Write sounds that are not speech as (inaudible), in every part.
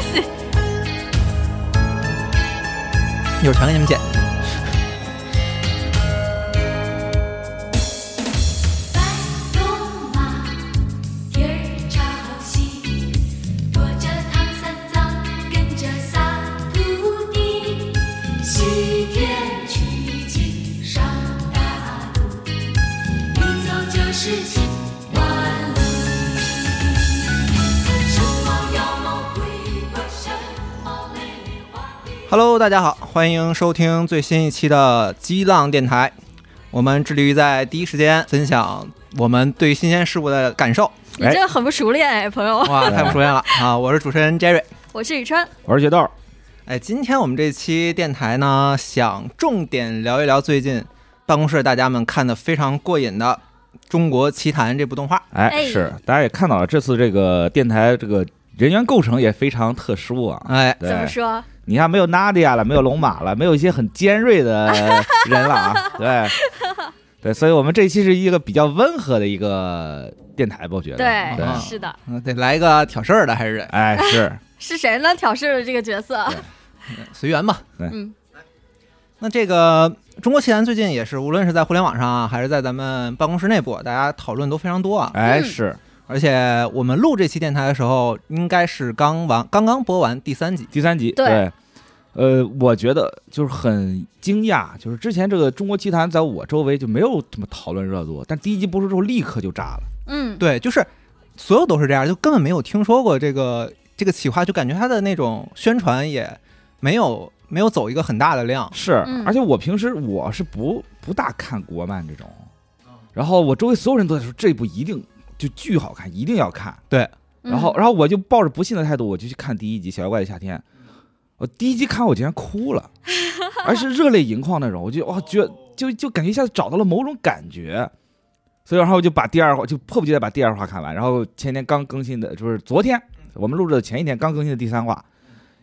系。有船给你们捡去。白龙马，蹄儿朝西，驮着唐三藏，跟着仨徒弟，西天取经上大路，一走就是七万里。什么妖魔鬼怪，什么美女花臂。 Hello，大家好，欢迎收听最新一期的激浪电台。我们致力于在第一时间分享我们对于新鲜事物的感受。你这很不熟练哎，朋友。 (laughs) 哇，太不熟练了啊！我是主持人 Jerry。我是宇川，我是雪豆，哎，今天我们这期电台呢，想重点聊一聊最近办公室大家们看的非常过瘾的《中国奇谭》这部动画。哎，哎是大家也看到了，这次这个电台这个人员构成也非常特殊啊。哎，怎么对，说？你看没有娜迪亚了，没有龙马了，没有一些很尖 (laughs) 锐的人了啊。对，对，所以我们这期是一个比较温和的一个电台吧，我觉得。对，对，是的，嗯得来个挑事儿的，还是哎，是是谁呢？挑事儿的这个角色，随缘吧。嗯，那这个《中国奇谭》最近也是，无论是在互联网上啊，还是在咱们办公室内部，大家讨论都非常多啊。哎嗯是而且我们录这期电台的时候，应该是刚完，刚刚播完第三集。第三集，对对。呃，我觉得就是很惊讶，就是之前这个《中国奇谭》在我周围就没有这么讨论热度，但第一集播出之后立刻就炸了。嗯，对，就是所有都是这样，就根本没有听说过这个这个企划，就感觉它的那种宣传也没有没有走一个很大的量。是嗯，而且我平时我是不不大看国漫这种，然后我周围所有人都在说这部一定就巨好看，一定要看。嗯然后，然后我就抱着不信的态度，我就去看第一集《小妖怪的夏天》。我第一集看我竟然 (laughs) 哭了，而是热泪盈眶那种，我就哇觉就就感觉一下子找到了某种感觉，所以然后我就把第二话就迫不及待把第二话看完，然后前天刚更新的，就是昨天我们录制的前一天刚更新的第三话，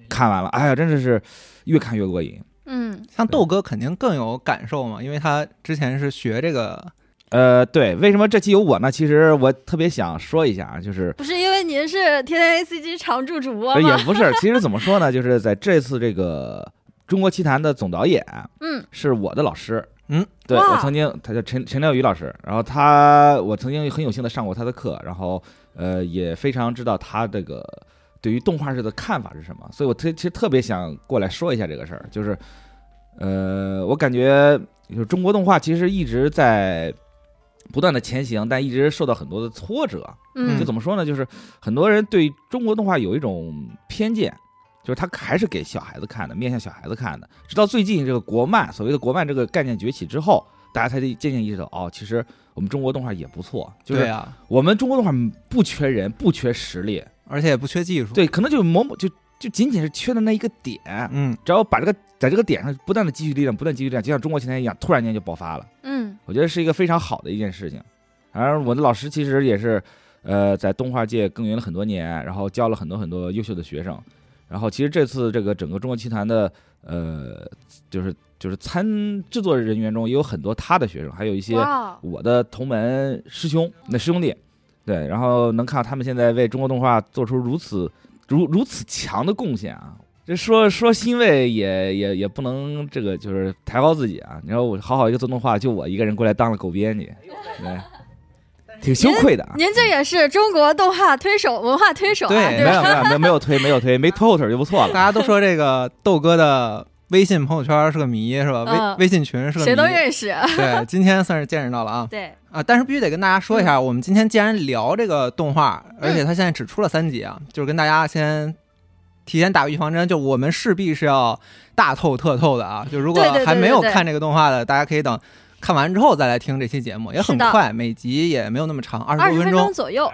看完了，哎呀，真的是越看越过瘾。嗯，像豆哥肯定更有感受嘛，因为他之前是学这个，呃，对，为什么这期有我呢？其实我特别想说一下啊，就是不是因为您是天天 A C G 常驻主播呃也吗？不是，其实怎么说呢，就是在这次这个《中国奇谭》的总导演啊嗯，是我的老师，嗯，对哇我曾经他叫陈陈廖宇老师，然后他我曾经很有幸的上过他的课，然后呃也非常知道他这个对于动画式的看法是什么，所以我特其实特别想过来说一下这个事儿，就是呃我感觉就是中国动画其实一直在不断的前行，但一直受到很多的挫折，就嗯，怎么说呢？就是很多人对中国动画有一种偏见，就是他还是给小孩子看的，面向小孩子看的。直到最近这个国漫，所谓的国漫这个概念崛起之后，大家才得渐渐意识到，哦，其实我们中国动画也不错，就对是啊，我们中国动画不缺人，不缺实力，而且也不缺技术。，对，可能就某某就就仅仅是缺的那一个点，嗯，只要把这个在这个点上不断的积蓄力量，不断地积蓄力量，就像中国前天一样，突然间就爆发了。嗯，我觉得是一个非常好的一件事情。而我的老师其实也是，呃，在动画界耕耘了很多年，然后教了很多很多优秀的学生。然后其实这次这个整个中国奇谭的，呃，就是就是参制作人员中也有很多他的学生，还有一些哇，哦我的同门师兄那师兄弟，对，然后能看到他们现在为中国动画做出如此如如此强的贡献啊，这说说欣慰也也也不能这个就是抬高自己啊，你说我好好一个做动画，就我一个人过来当了狗编辑，对，挺羞愧的啊。您这也是中国动画推手、文化推手啊，对对哎没吧？有没有没有没有推没有推没拖后腿就不错大了，家都说这个豆哥的微信朋友圈是个谜，是吧？微、嗯微信群是个谜，谁都认识，对，今天算是见识到了啊对，啊！但是必须得跟大家说一嗯下，我们今天既然聊这个动画，而且它现在只出了三集啊，就是跟大家先提前打预防针，就我们势必是要大透特透的啊！就如果对对对还没有对对看这个动画的，大家可以等看完之后再来听这期节目，也很是的快，每集也没有那么长，二十二多十分分钟嗯钟。左右，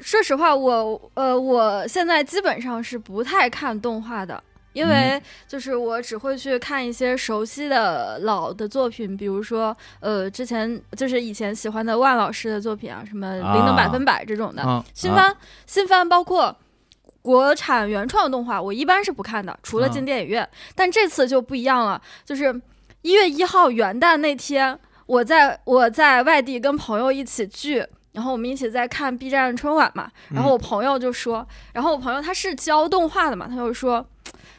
说实话，我呃，我现在基本上是不太看动画的，因嗯为就是我只会去看一些熟悉的老的作品，比如说呃，之前就是以前喜欢的万老师的作品啊，什么《啊灵能百分百》这种的。啊，新番、新番包括国产原创动画，我一般是不看的，除了啊进电影院。但这次就不一样了，就是一月一号元旦那天，我在我在外地跟朋友一起聚，然后我们一起在看 B 站春晚嘛。然后我朋友就说，然后我朋友他是教动画的嘛，他就说，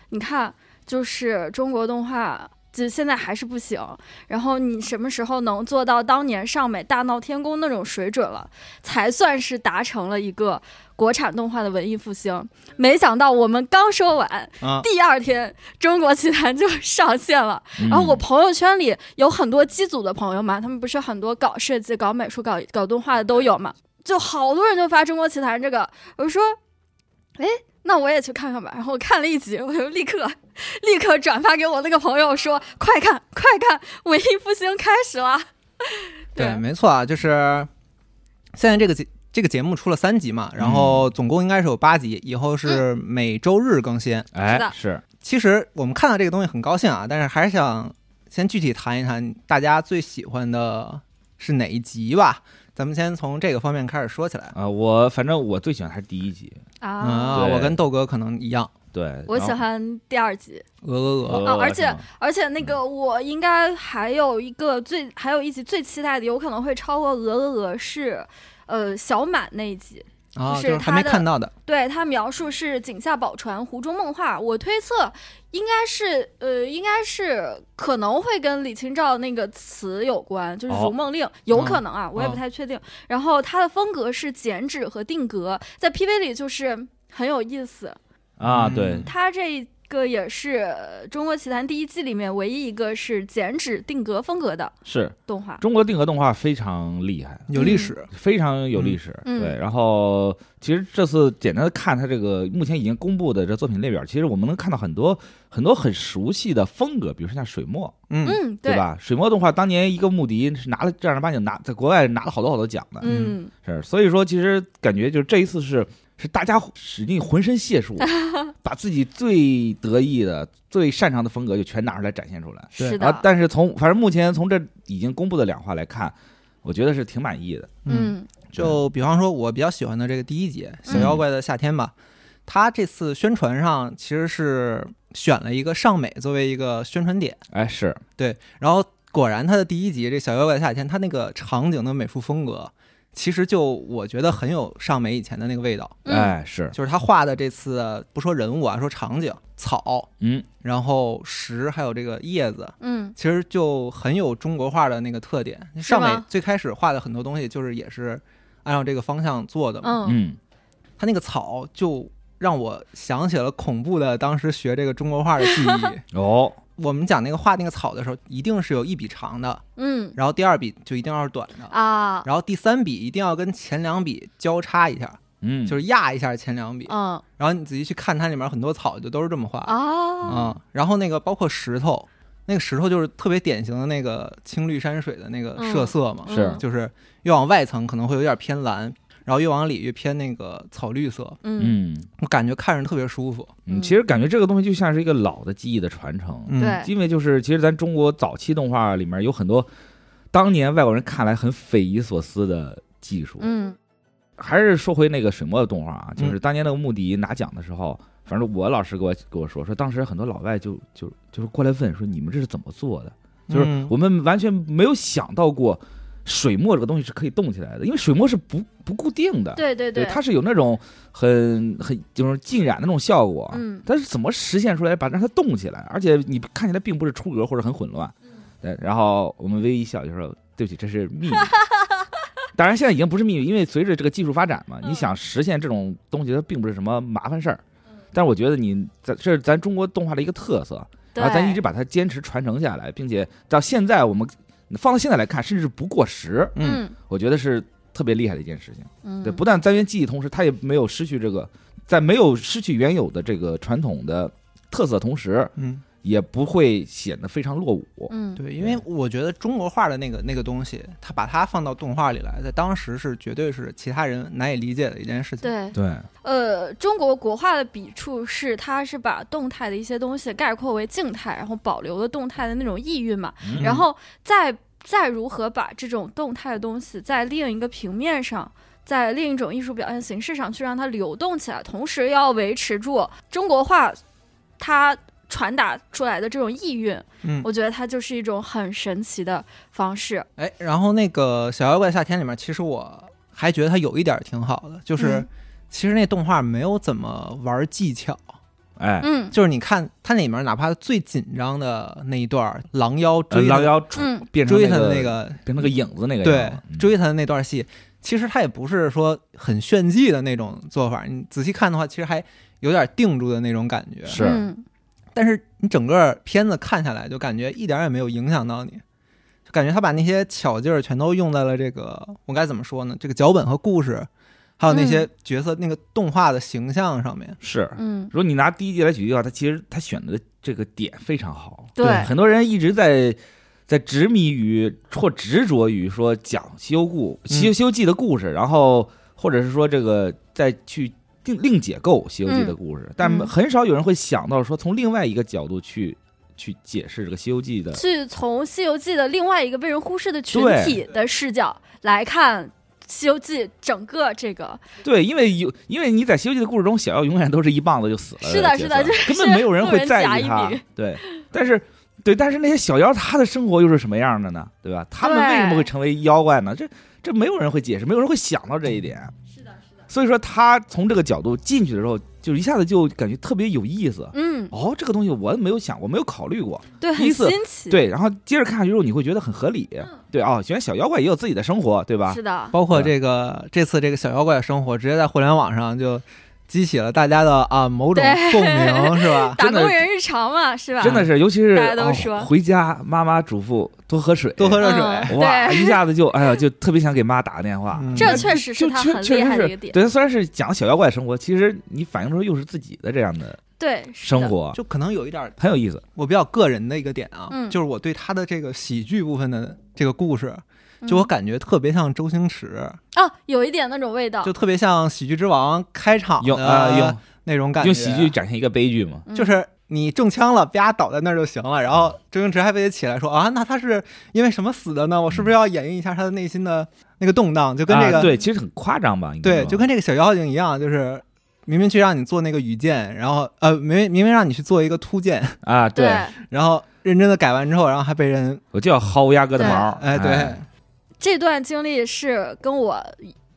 你看，就是中国动画。就现在还是不行，然后你什么时候能做到当年上美大闹天宫那种水准了，才算是达成了一个国产动画的文艺复兴？没想到我们刚说完，啊，第二天，中国奇谭就上线了。嗯然啊后我朋友圈里有很多机组的朋友嘛，他们不是很多搞设计、搞美术、搞搞动画的都有嘛，就好多人就发《中国奇谭》这个。我就说，哎，那我也去看看吧。然后我看了一集，我就立刻 (laughs) 立刻转发给我那个朋友说：“快看，快看，文艺复兴开始了。”对，没错啊，就是现在这个节这个节目出了三集嗯嘛，然后总共应该是有八集，以后是每周日更新。是哎的是，其实我们看到这个东西很高兴啊，但是还是想先具体谈一谈大家最喜欢的是哪一集吧。咱们先从这个方面开始说起来啊、我反正我最喜欢还是第一集，啊，啊，对我跟豆哥可能一样，对，我然喜后欢第二集。鹅鹅鹅，啊鹅而是且吗而且那嗯个我应该还有一个最还有一集最期待的，有可能会超过鹅鹅鹅是，呃小满那一集。啊，就是就是还没他的看到的，对它描述是井下宝船湖中梦话，我推测应该是呃应该是可能会跟李清照那个词有关，就是《哦如梦令》有可能啊，我也嗯不太确定。然后它的风格是剪纸和定格，在 PV 里就是很有意思。啊，嗯对，它这个也是呃《中国奇谭》第一季里面唯一一个是剪纸定格风格的是动画。中国定格动画非常厉害，有历史，非常有历史。嗯对，然后其实这次简单的看它这个目前已经公布的这作品列表，其实我们能看到很多很多很熟悉的风格，比如说像水墨，嗯，嗯，对对？吧？水墨动画当年一个穆迪是拿了正儿八经拿在国外拿了好多好多奖的，嗯，是，所以说其实感觉就是这一次是是大家使劲浑身 (laughs) 解数，把自己最得意的、最擅长的风格就全拿出来展现出来。对是的，然后，啊但是从反正目前从这已经公布的两话来看，我觉得是挺满意的。嗯就比方说，我比较喜欢的这个第一集《小妖怪的夏天》吧，它这次宣传上其实是选了一个上美作为一个宣传点，哎，是然后果然它的第一集《这小妖怪的夏天》，它那个场景的美术风格，其实就我觉得很有上美以前的那个味道，嗯哎，是，就是他画的这次不说人物啊，说场景、草，嗯，然后石还有这个叶子。嗯，其实就很有中国画的那个特点。是上吗美最开始画的很多东西，就是也是按照这个方向做的嘛。嗯，嗯，他那个草就让我想起了恐怖的当时学这个中国画的记忆。哦，我们讲那个画那个草的时候，一定是有一笔长的，嗯然后第二笔就一定要是短的，啊，然后第三笔一定要跟前两笔交叉一下，嗯，就是是压一下前两笔。嗯然后你仔细去看它里面很多草就都是这么画的啊，嗯，然后那个包括石头，那个石头就是特别典型的那个青绿山水的那个嗯设色嘛，是嗯就是越往外层可能会有点偏蓝，然后越往里越偏那个草绿色，嗯，嗯。我感觉看着特别舒服。嗯，嗯其实感觉这个东西就像是一个老的技艺的传承，嗯、对因为就是其实咱中国早期动画里面有很多当年外国人看来很匪夷所思的技术。嗯还是说回那个水墨的动画啊，就是嗯当年那个穆迪拿奖的时候，反正我老师给我给我说，说当时很多老外就就就是过来问说你们这是怎么做的？嗯就是我们完全没有想到过水墨这个东西是可以动起来的，因为水墨是不不固定的，对对对，它是有那种很很就是浸染的那种效果，嗯但是怎么实现出来把让它动起来？而且你看起来并不是出格或者很混乱。嗯对，然后我们微一笑就说：“对不起，这是 (laughs) 秘密。”当然，现在已经不是秘密，因为随着这个技术发展嘛，嗯你想实现这种东西，它并不是什么麻烦事儿。嗯但是我觉得你咱这是咱中国动画的一个特色，对，然啊后咱一直把它坚持传承下来，并且到现在我们放到现在来看，甚至不过时，嗯，嗯我觉得是特别厉害的一件事情。嗯，对，不但单元记忆同时，它也没有失去这个，在没有失去原有的这个传统的特色同时，嗯，也不会显得非常落伍。嗯对，因为我觉得中国画的那个那个东西，它把它放到动画里来，在当时是绝对是其他人难以理解的一件事情。对，对，呃，中国国画的笔触是，它是把动态的一些东西概括为静态，然后保留了动态的那种意蕴嘛，嗯然后再再如何把这种动态的东西在另一个平面上。在另一种艺术表现形式上去让它流动起来，同时要维持住中国画它传达出来的这种意蕴，嗯我觉得它就是一种很神奇的方式。哎，然后那个《小妖怪的夏天》里面，其实我还觉得它有一点儿挺好的，就是嗯其实那动画没有怎么玩技巧，哎，嗯就是你看它里面哪怕最紧张的那一段儿，狼妖呃追狼他妖嗯变成追他个的那个，变成个影子那个对样子，嗯追他的那段戏，其实它也不是说很炫技的那种做法，你仔细看的话，其实还有点定住的那种感觉。是嗯但是你整个片子看下来，就感觉一点儿也没有影响到你，就感觉他把那些巧劲儿全都用在了这个，我该怎么说呢？这个脚本和故事，还有那些角色、那个动画的形象上面，是。嗯，如果你拿第一季来举例的话，他其实他选的这个点非常好。对很多人一直在在执迷于或执着于说讲《西游故》《西游嗯西游记》的故事，然后或者是说这个再去另另解构《西游记》的故事，但嗯很少有人会想到说从另外一个角度去去解释这个《西游记》的。去从《西游记》的另外一个被人忽视的群对体的视角来看《西游记》整个这个，对，因为有因为你在《西游记》的故事中，小妖永远都是一棒子就死了角色，是的是的就是根本没有人会在意路人他甲乙丙。对，但是对，但是那些小妖他的生活又是什么样的呢？对吧？他们为什么会成为妖怪呢？这这没有人会解释，没有人会想到这一点。是的，是的，所以说，他从这个角度进去的时候，就一下子就感觉特别有意思。嗯，哦，这个东西我没有想过，没有考虑过。对，第很一次新奇，，对，然后接着看下去之后，你会觉得很合理。对啊、哦，原来小妖怪也有自己的生活，对嗯吧是？的，包括这个这次这个小妖怪的生活，直接在互联网上就激起了大家的啊某种对共鸣，是 (laughs) 吧？打真的工人日常嘛，是吧？嗯真的是，尤其是大家都哦说回家，妈妈嘱咐多喝水，多喝热水，嗯哇， (laughs) 对一下子就哎呀，就特别想给妈打个电话。嗯这确实是就他确很确厉实害的一是个，点，对，虽然是讲小妖怪生活，其实你反映出又是自己的这样的对，是的生，活，就可能有一点儿很有意思。我比较个人的一个点啊，嗯就是我对他的这个喜剧部分的这个故事，嗯就我感觉特别像周星驰，啊，有一点那种味道，就特别像《喜剧之王》开场用啊的用那种感觉，用喜剧展现一个悲剧嘛，嗯就是你中枪了，啪倒在那儿就行了。然后周星驰还非得起来说啊，那他是因为什么死的呢？我是不是要演绎一下他的内心的那个动荡？就跟这个、嗯啊对，其实很夸张吧？应该对说就跟这个小妖精一样，就是明明去让你做那个羽箭，然后呃，明明明让你去做一个突箭，啊，对，对，然后认真的改完之后，然后还被人我就要薅鸭哥的毛，哎对这段经历是跟我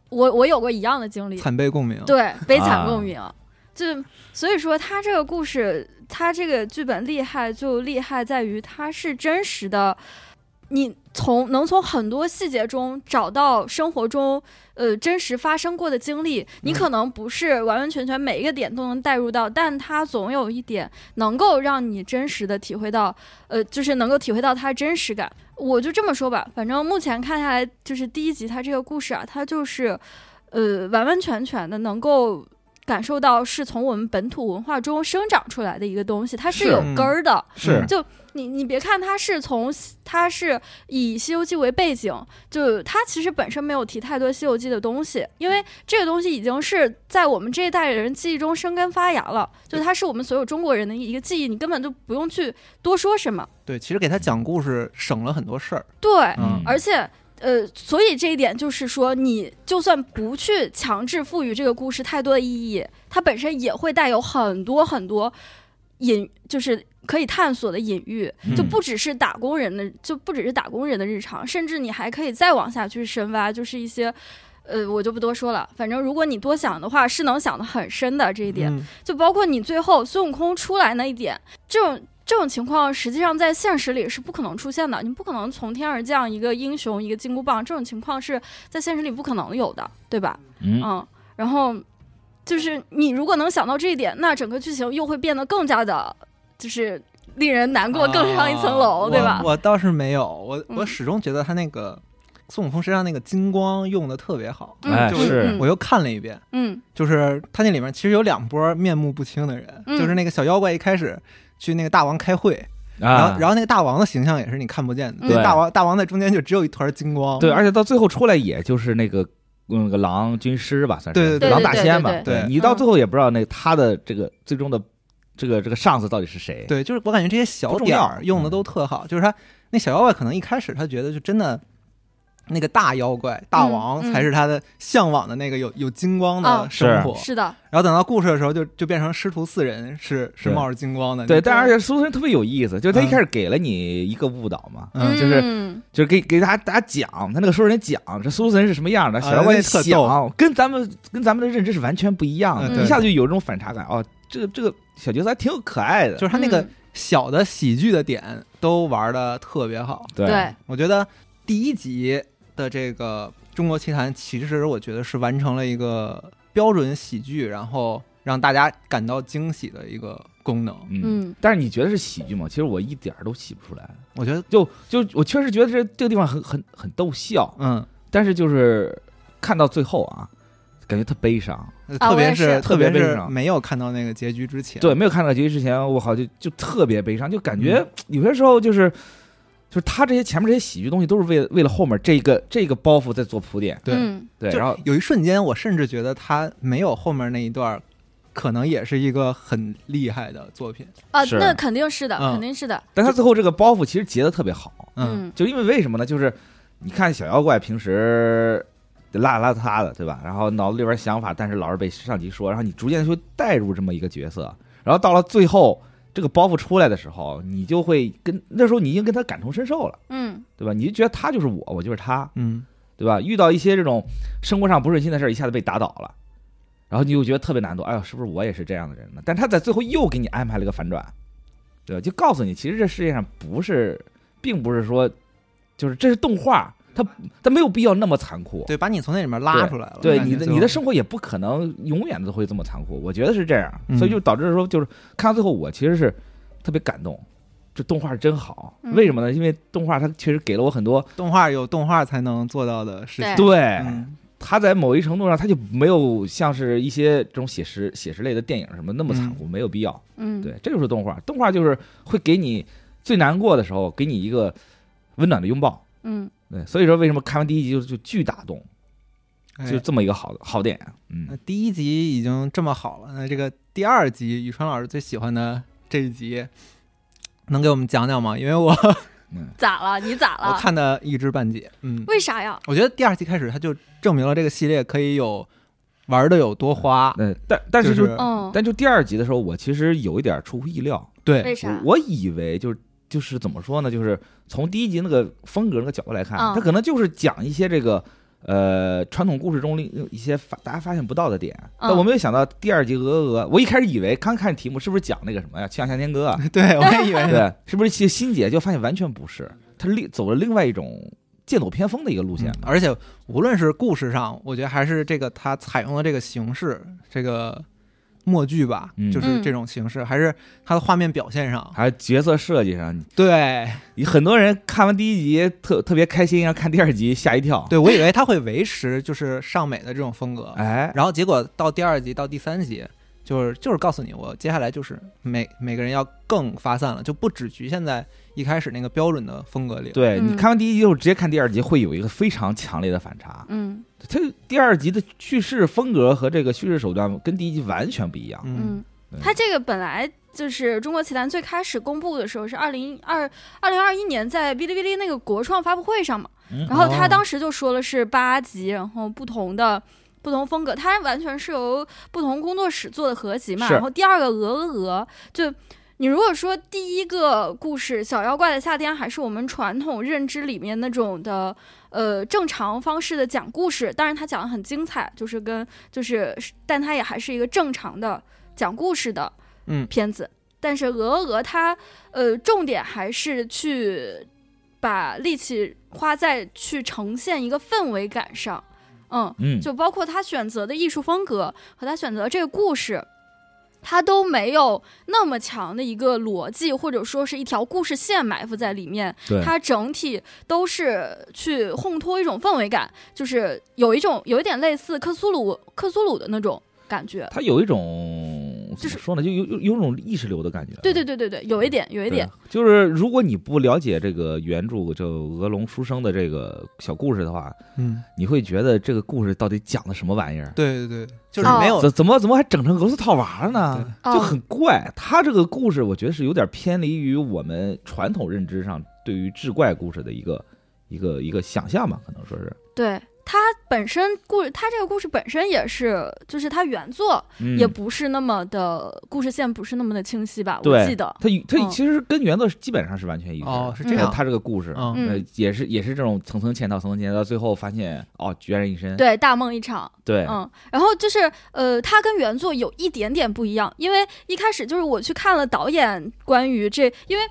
我我有过一样的经历，惨被共鸣。对，悲惨啊共鸣。就所以说，他这个故事，他这个剧本厉害，就厉害在于它是真实的，你从能从很多细节中找到生活中呃真实发生过的经历。你可能不是完完全全每一个点都能带入到，但它总有一点能够让你真实的体会到，呃，就是能够体会到它的真实感。我就这么说吧，反正目前看下来，就是第一集它这个故事啊，它就是，呃，完完全全的能够感受到是从我们本土文化中生长出来的一个东西，它是是有根儿的。是就你你别看它是从它是以《西游记》为背景，就它其实本身没有提太多《西游记》的东西，因为这个东西已经是在我们这一代人记忆中生根发芽了，就它是我们所有中国人的一个记忆，你根本就不用去多说什么。对，其实给他讲故事省了很多事儿。对，嗯而且。呃，所以这一点就是说，你就算不去强制赋予这个故事太多的意义，它本身也会带有很多很多隐，就是可以探索的隐喻，嗯就不只是打工人的，就不只是打工人的日常，甚至你还可以再往下去深挖，就是一些，呃，我就不多说了。反正如果你多想的话，是能想得很深的这一点。嗯就包括你最后孙悟空出来那一点，这种这种情况实际上在现实里是不可能出现的。你不可能从天而降一个英雄，一个金箍棒，这种情况是在现实里不可能有的，对吧？嗯，嗯，然后就是你如果能想到这一点，那整个剧情又会变得更加的，就是令人难过更上一层楼，啊对吧我？我倒是没有，我嗯我始终觉得他那个孙悟空身上那个金光用的特别好。嗯哎就是我嗯又看了一遍，嗯就是他那里面其实有两波面目不清的人，嗯就是那个小妖怪一开始去那个大王开会，然啊后，然后那个大王的形象也是你看不见的，嗯那对大王大王在中间就只有一团金光，对，而且到最后出来也就是那个嗯那个狼军师吧，算是对对对狼大仙吧对，嗯对对对对你到最后也不知道那他的这个最终的这个这个上司到底是谁，对就是我感觉这些小不重点要嗯儿用的都特好，就是他那小妖怪可能一开始他觉得就真的那个大妖怪大王嗯才是他的向往的那个有有金光的哦生活。是的，然后等到故事的时候就，就变成师徒四人是是对冒着金光的。对，就但而且苏神特别有意思，就是他一嗯开始给了你一个误导嘛，嗯就是嗯就是给给大家大家讲，他那个说人讲这苏神是什么样的，啊小妖怪那一特想，跟咱们跟咱们的认知是完全不一样嗯的，对一下子就有这种反差感。哦，这个这个小角色还挺有可爱的，就是他那嗯个小的喜剧的点都玩的特别好。对对我觉得第一集的这个《中国奇谭》，其实我觉得是完成了一个标准喜剧，然后让大家感到惊喜的一个功能。嗯。嗯但是你觉得是喜剧吗？其实我一点儿都喜不出来，我觉得，就就我确实觉得这这个地方很很很逗笑，嗯，但是就是看到最后啊，感觉特悲伤。啊呃特我别也是特别特别悲是伤没有看到那个结局之前，对，没有看到结局之前，我靠，就就特别悲伤，就感觉有些时候就是，就是他这些前面这些喜剧东西都是为了为了后面这个这个包袱在做铺垫，对嗯对，就然后有一瞬间，我甚至觉得他没有后面那一段儿，可能也是一个很厉害的作品。啊，是那肯定是的，嗯肯定是的，但他最后这个包袱其实结的特别好，嗯，嗯就因为为什么呢？就是你看小妖怪平时。邋里邋遢的，对吧？然后脑子里边想法，但是老是被上级说，然后你逐渐就带入这么一个角色，然后到了最后这个包袱出来的时候，你就会跟那时候你已经跟他感同身受了，嗯对吧？你就觉得他就是我，我就是他，嗯，对吧？遇到一些这种生活上不顺心的事儿，一下子被打倒了，然后你就觉得特别难做。哎呦，是不是我也是这样的人呢？但他在最后又给你安排了一个反转，对吧？就告诉你，其实这世界上不是，并不是说，就是这是动画，它它没有必要那么残酷。对，把你从那里面拉出来了。对感觉你的最你的后生活也不可能永远都会这么残酷，我觉得是这样，嗯所以就导致说就是看到最后，我其实是特别感动，这动画是真好，嗯为什么呢？因为动画它确实给了我很多动画有动画才能做到的事情。对对，嗯他在某一程度上，他就没有像是一些这种写实、写实类的电影什么那么残酷，没有必要。嗯，对，这就是动画，动画就是会给你最难过的时候，给你一个温暖的拥抱。嗯对，所以说为什么看完第一集就就巨打动，哎就这么一个好的好点。那嗯，第一集已经这么好了，那这个第二集，宇川老师最喜欢的这一集，能给我们讲讲吗？因为我、咋了？你咋我了？看的一知半解。嗯，为啥呀？我觉得第二集开始，他就证明了这个系列可以有玩的有多花。那但但是就就是嗯，但就第二集的时候，我其实有一点出乎意料，为对，啥？我我以为就是就是怎么说呢？就是从第一集那个风格那个角度来看，啊嗯它可能就是讲一些这个呃传统故事中另一些发大家发现不到的点。嗯但我没有想到第二集《鹅鹅鹅》，我一开始以为刚看题目是不是讲那个什么呀《去向夏天歌》啊？对我 (laughs) 也以为对，是不是其实欣姐就发现完全不是，她另走了另外一种剑走偏锋的一个路线嗯了。而且无论是故事上，我觉得还是这个他采用的这个形式，这个默剧吧，嗯就是这种形式，还是它的画面表现上，还有角色设计上， (laughs) 对你很多人看完第一集特特别开心，然后看第二集吓一跳。对，我以为他会维持就是尚美的这种风格，哎，然后结果到第二集到第三集，就是就是告诉你，我接下来就是每每个人要更发散了，就不只局限在一开始那个标准的风格里了。对你嗯看完第一集后直接看第二集，会有一个非常强烈的反差。嗯它第二集的叙事风格和这个叙事手段跟第一集完全不一样。嗯，嗯对，它这个本来就是中国奇谭最开始公布的时候是二零二二零二一年在哔哩哔哩那个国创发布会上嘛，嗯然后他哦当时就说了是八集，然后不同的。不同风格，它完全是由不同工作室做的合集嘛。是然后第二个《鹅鹅鹅》，就你如果说第一个故事《小妖怪的夏天》还是我们传统认知里面那种的呃正常方式的讲故事，当然他讲的很精彩，就是跟就是，但他也还是一个正常的讲故事的嗯片子。但是《鹅鹅鹅》它呃重点还是去把力气花在去呈现一个氛围感上，嗯，嗯，就包括他选择的艺术风格和他选择这个故事，他都没有那么强的一个逻辑或者说是一条故事线埋伏在里面，对它整体都是去烘托一种氛围感，就是有一种有一点类似克苏鲁克苏鲁的那种感觉。它有一种就怎是么说呢，就有有有种意识流的感觉。对对对对对，有一点，有一对，点，就是如果你不了解这个原著就鹅龙书生的这个小故事的话，嗯，你会觉得这个故事到底讲的什么玩意儿？对对对，就是哦没有、怎怎么怎么还整成俄罗斯套娃了呢？对啊就很怪。他这个故事，我觉得是有点偏离于我们传统认知上对于志怪故事的一个一个一个想象吧，可能说是，对它本身故，它这个故事本身也是，就是它原作嗯也不是那么的故事线不是那么的清晰吧？对我记得，它与它嗯其实跟原作是基本上是完全一致的。哦，是嗯这样，他这个故事，嗯，呃嗯，，也是也是这种层层嵌套，层层嵌套，到最后发现哦，决然一身。对，大梦一场，对嗯，然后就是呃，它跟原作有一点点不一样，因为一开始就是我去看了导演关于这，因为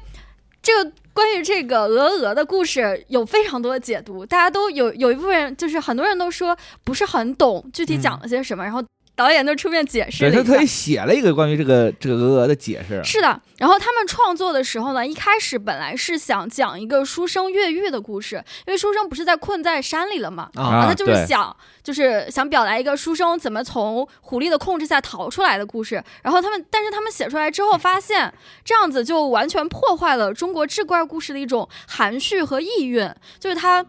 这个关于这个鹅鹅的故事有非常多的解读，大家都有有一部分人就是很多人都说不是很懂具体讲了些什么，然后导演就出面解释对了他一特下意。写了一个关于这个这个鹅鹅的解释。是的，然后他们创作的时候呢，一开始本来是想讲一个书生越狱的故事，因为书生不是在困在山里了嘛，啊啊，他就是对想，就是想表达一个书生怎么从狐狸的控制下逃出来的故事。然后他们，但是他们写出来之后，发现这样子就完全破坏了中国志怪故事的一种含蓄和意蕴，就是它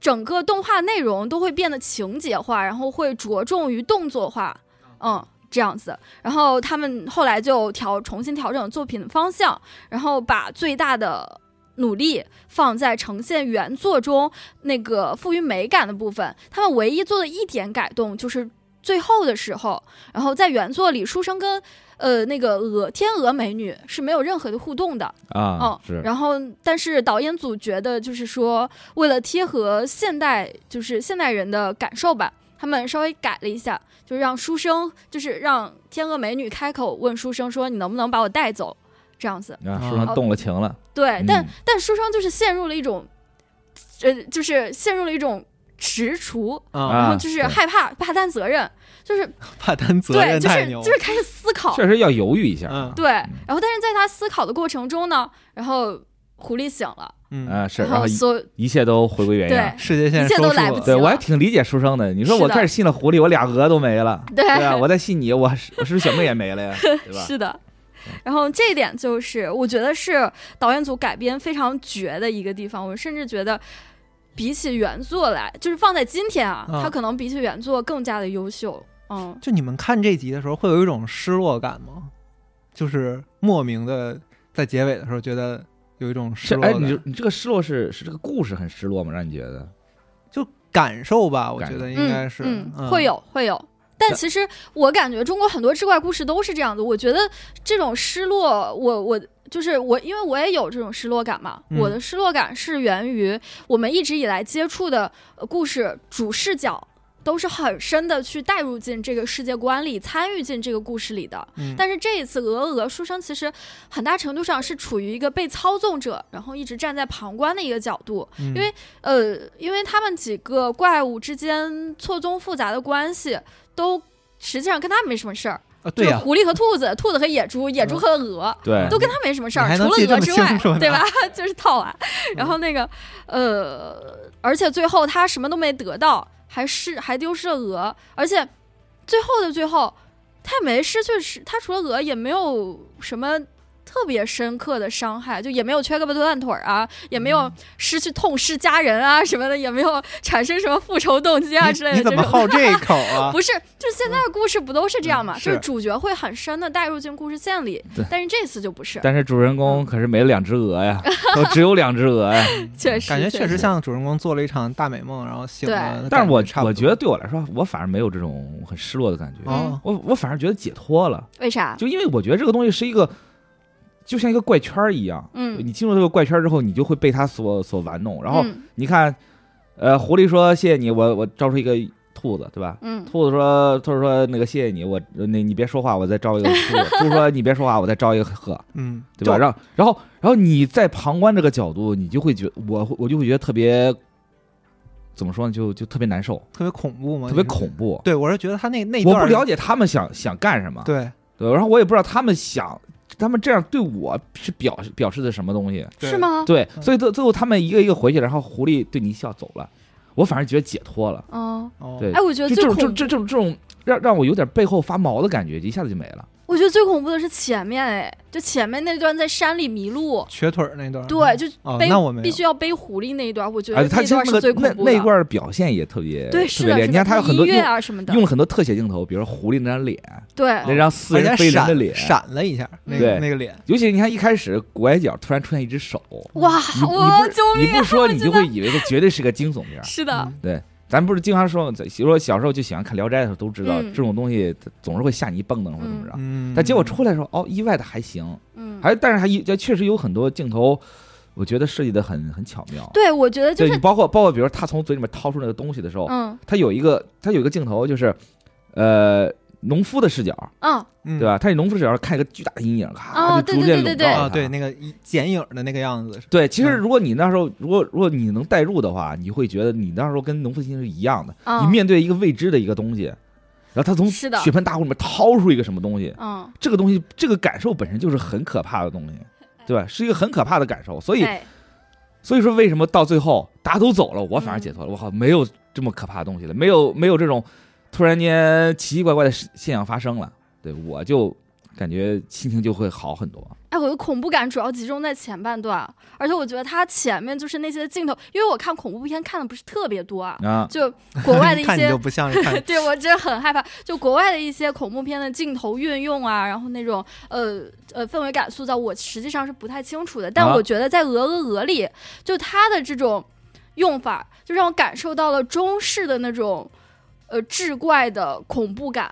整个动画内容都会变得情节化，然后会着重于动作化，嗯。这样子，然后他们后来就调重新调整作品的方向，然后把最大的努力放在呈现原作中那个赋予美感的部分，他们唯一做的一点改动就是最后的时候，然后在原作里，书生跟呃那个鹅天鹅美女是没有任何的互动的，啊嗯，是然后但是导演组觉得就是说，为了贴合现代就是现代人的感受吧，他们稍微改了一下，就让书生就是让天鹅美女开口问书生说你能不能把我带走，这样子。哦啊，书上动了情了。对，但嗯但书生就是陷入了一种，呃，就是陷入了一种踟蹰，啊，然啊后就是对害怕怕担责任，就是怕担责对，任就太是牛，就是开始思考，确实要犹豫一下。嗯对，然后但是在他思考的过程中呢，然后狐狸醒了，嗯，啊，是，然后后一哎所一切都回归原样对。世界线一切收都束来不了及对，我还挺理解书生的。你说是我的开始信了狐狸，我俩鹅都没 (laughs) 了。对对啊，我再信你，我是我是不是小妹也没 (laughs) 了呀？对吧？是的。然后这一点就是，我觉得是导演组改编非常绝的一个地方。我甚至觉得，比起原作来，就是放在今天啊，嗯它可能比起原作更加的优秀。嗯，就你们看这集的时候，会有一种失落感吗？就是莫名的在结尾的时候，觉得有一种失是落哎，感，你就你这个失落是是这个故事很失落吗？让你觉得？就感受吧，我感觉得受应该是嗯嗯、会，有会有。但但其实我感觉中国很多志怪故事都是这样子。我觉得这种失落，我我就是我，因为我也有这种失落感嘛。嗯我的失落感是源于我们一直以来接触的呃故事主视角。都是很深的去带入进这个世界观里，参与进这个故事里的。嗯但是这一次，鹅鹅书生其实很大程度上是处于一个被操纵者，然后一直站在旁观的一个角度，因因为呃，因为他们几个怪物之间错综复杂的关系，都实际上跟他没什么事儿。啊，对就呀嗯是，狐狸和兔子，兔子和野猪，野猪和鹅。对都跟他没什么事你儿，还除能了记这鹅么之外清楚呢，嗯对吧？ (laughs) 就是套娃。然后那个，呃，而且最后他什么都没得到，还失还丢失了鹅，而且最后的最后，他也没失去是，他除了鹅也没有什么特别深刻的伤害，就也没有缺胳膊断腿儿啊，也没嗯有失去痛失家人啊什么的，也没有产生什么复仇动机啊之类你的这怎么种。好这一口啊？ (laughs) 不是，就是现在的故事不都是这样嘛？就嗯是是主角会很深的带入进故事线里对，但是这次就不是。但是主人嗯公可是没了两只 (laughs) 鹅呀，都只有两只鹅呀。确实，感觉确实实像主人公做了一场大美梦，然后醒对了。但是我感差不多我觉得对我来说，我反而没有这种很失落的感觉，哦，我我反而觉得解脱了，为啥？就因为我觉得这个东西是一个，就像一个怪圈儿一样，嗯，你进入这个怪圈儿之后，你就会被它所所玩弄。然后嗯你看，呃，狐狸说谢谢你，我我招出一个兔子，对吧？嗯兔子说，兔子说那个谢谢你，我那你别说话，我再招一个猪。猪说你别说话，我再招一个鹤。嗯，对吧？就？让然后然后你在旁观这个角度，你就会觉我我就会觉得特别怎么说呢？就就特别难受，特别恐怖嘛，特别就是恐。怖。对，我是觉得他那那我段不儿了解他们想想干什么，对对，然后我也不知道他们想他们这样对我是表示表示的什么东西。对是吗？对，嗯所以最最后他们一个一个回去，然后狐狸对你一笑走了，我反而觉得解脱了。哦，哦对哎，我觉得就最这种恐这怖这这种这种让让我有点背后发毛的感觉，一下子就没了。我觉得最恐怖的是前面，哎，就前面那段在山里迷啊路，瘸腿儿那段儿，对，就哦，背、那我没必有须要背狐狸那一段，我觉而得且啊他那其实段那是最个恐那怖的。那一段儿表现也特别对，特是的，别厉害。是你的看他有很多音用乐啊哦什么的用，了啊很多特写镜头，比如说狐狸那张脸，对，那张似而人非且人闪的脸，闪了一下，那对个那个脸，尤其你看一开始拐角突然出现一只手，哇你，啊我你救不你命！不说你就会以为这绝对是个惊悚 (laughs) 片儿。是的，嗯咱不是经常说，比如说小时候就喜欢看《聊斋》的时候都知道，嗯这种东西它总是会吓你一蹦蹬或者怎么着。嗯，但结果出来的时候，哦，意外的还行，嗯，还但是还一确实有很多镜头，我觉得设计的很很巧妙。对，我觉得就对你是，包括包括比如他从嘴里面掏出那个东西的时候，嗯他有一个他有一个镜头就是，呃，农夫的视角，嗯，嗯对？吧？他以农夫视角看一个巨大的阴影，咔哦就逐渐对对对笼罩啊，了对，他那个一剪影的那个样子，对，其实嗯如果你那时候，如果如果你能代入的话，你会觉得你那时候跟农夫心是一样的。嗯你面对一个未知的一个东西，然后他从是的血盆大口里面掏出一个什么东西，嗯，这个东西这个感受本身就是很可怕的东 (laughs) 西，对吧？是一个很可怕的感受。所以哎，所以说为什么到最后大家都走了，我反而解嗯脱了？我靠，没有这么可怕的东西了，没有没有这种突然间奇奇怪怪的事现象发生了，对我就感觉心情就会好很多。哎，我的恐怖感主要集中在前半段，而且我觉得它前面就是那些镜头，因为我看恐怖片看的不是特别多啊，啊，就国外的一嗯 (laughs) 看你些就不像 (laughs) 是看对我真的很害怕，就国外的一些恐怖片的镜头运用啊，然后那种呃呃氛围感塑造，我实际上是不太清楚的。但啊我觉得在《鹅鹅鹅》里，就它的这种用法，就让我感受到了中式的那种呃志怪的恐怖感。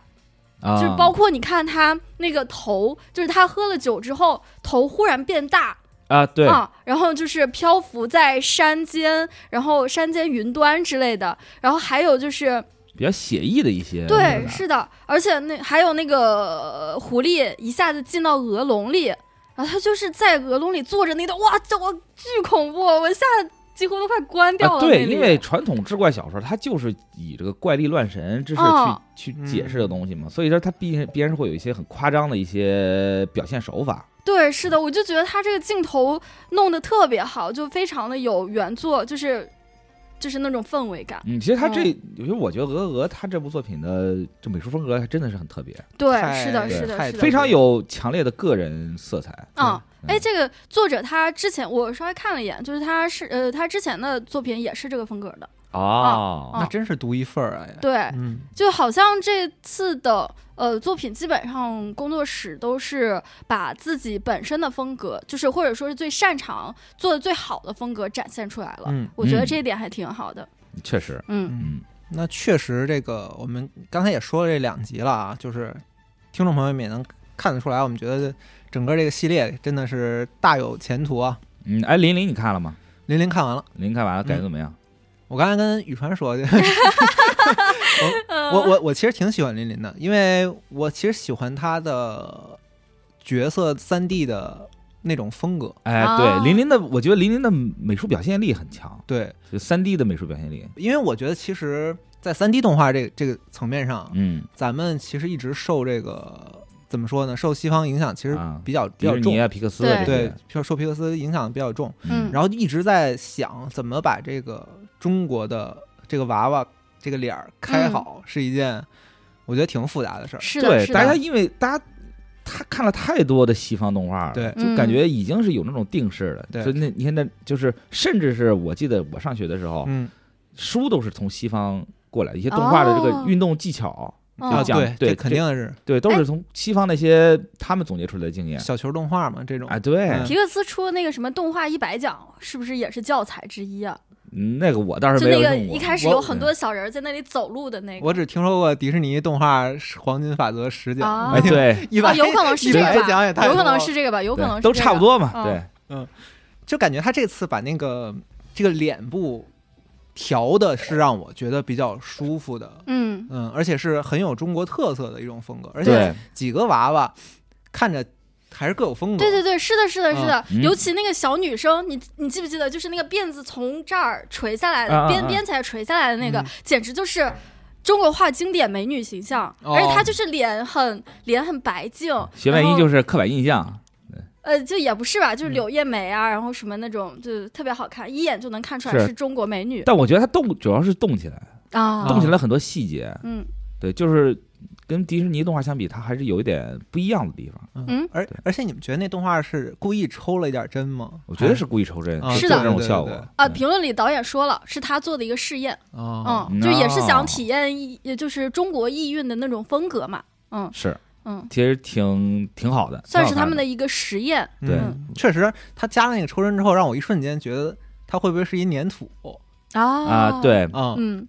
啊就是包括你看他那个头，就是他喝了酒之后头忽然变大啊，对，啊，然后就是漂浮在山间，然后山间云端之类的，然后还有就是。比较写意的一些表达。对，是的，而且那还有那个呃狐狸一下子进到鹅笼里，然后它就是在鹅笼里坐着那段，哇，这我巨恐怖，我吓得几乎都快关掉了啊，那里。对，因为传统志怪小说它就是以这个怪力乱神之事去、哦去解释的东西嘛，所以说它必然必然是会有一些很夸张的一些表现手法。对，是的，我就觉得他这个镜头弄得特别好，就非常的有原作，就是就是那种氛围感。嗯，其实它这，有些我觉得鹅鹅它这部作品的这美术风格还真的是很特别，对，太是的，对是的，太是的，非常有强烈的个人色彩。嗯，对哎，这个作者他之前我稍微看了一眼，就是他是呃，他之前的作品也是这个风格的，哦啊那真是独一份儿哎，对，嗯，就好像这次的呃作品，基本上工作室都是把自己本身的风格，就是或者说是最擅长做的最好的风格展现出来了。嗯我觉得嗯这一点还挺好的。确实，嗯嗯，那确实，这个我们刚才也说了这两集了啊，就是听众朋友们也能看得出来，我们觉得整个这个系列真的是大有前途啊。嗯，哎，林林你看了吗？林林看完了，林林看完嗯了感觉怎么样？我刚才跟宇川说，就嗯我我我我其实挺喜欢林林的，因为我其实喜欢他的角色三 D 的那种风格，哎，哦对，林林的，我觉得林林的美术表现力很强，对，就三 D 的美术表现力。因为我觉得其实，在三 D 动画这个这个层面上，嗯，咱们其实一直受这个怎么说呢？受西方影响其实啊比较、比迪较士尼重，啊，皮克斯啊这对些，，受受皮克斯影响比较重。嗯然后一直在想怎么把这个中国的这个娃娃这个脸儿开好，是一件我觉得挺复杂的事儿。是的，对，是大家的，因为大家他看了太多的西方动画了，，对，嗯就感觉已经是有那种定式了。对就那你看那，就是甚至是我记得我上学的时候，嗯，书都是从西方过来的，一些动画的这哦哎个运动技巧，嗯啊，就讲对，对这肯定是对，都是从西方那些他们总结出来的经验。小球动画嘛，这种啊，对，嗯皮克斯出的那个什么动画一百讲，是不是也是教材之一啊？嗯那个我倒是就没那有个用一过。嗯开始我嗯有很多小人在那里走路的那个，我只听说过迪士尼动画黄金法则十讲，啊哎，对，一啊，百有可能是这一个百讲吧，也太有可多能了是这个吧，有可对能是都这差个。不多嘛，嗯对，就感觉他这次把那个这个脸部调的是让我觉得比较舒服的，嗯，嗯，而且是很有中国特色的一种风格，而且对，几个娃娃看着还是各有风格，对对对，是的，是的，是的，嗯尤其那个小女生，你你记不记得，就是那个辫子从这儿垂下来的，啊啊编啊编起来垂下来的那个，嗯简直就是。中国画经典美女形象，哦而且她就是脸很脸很白净，学外然音后就是刻板印象，呃，就也不是吧，就是柳叶眉啊，然后什么那种，就是特别好看，一眼就能看出来是是中国美女但我觉得它动主要是动起来，啊动起来很多细节，嗯，对，就是跟迪士尼动画相比，它还是有一点不一样的地方。嗯而对而且你们觉得那动画是故意抽了一点针吗？我觉得是故意抽针，啊就是做的这种对对效对果啊，对评论里导演说了，是他做的一个试验，哦，嗯，就也是想嗯哦体验意，也就是中国意韵的那种风格嘛，嗯是，嗯，其实挺挺好的，算挺好是他看们的一个实验，对嗯确实，他加了那个抽针之后，让我一瞬间觉得他会不会是一粘土啊啊，，对，啊？嗯，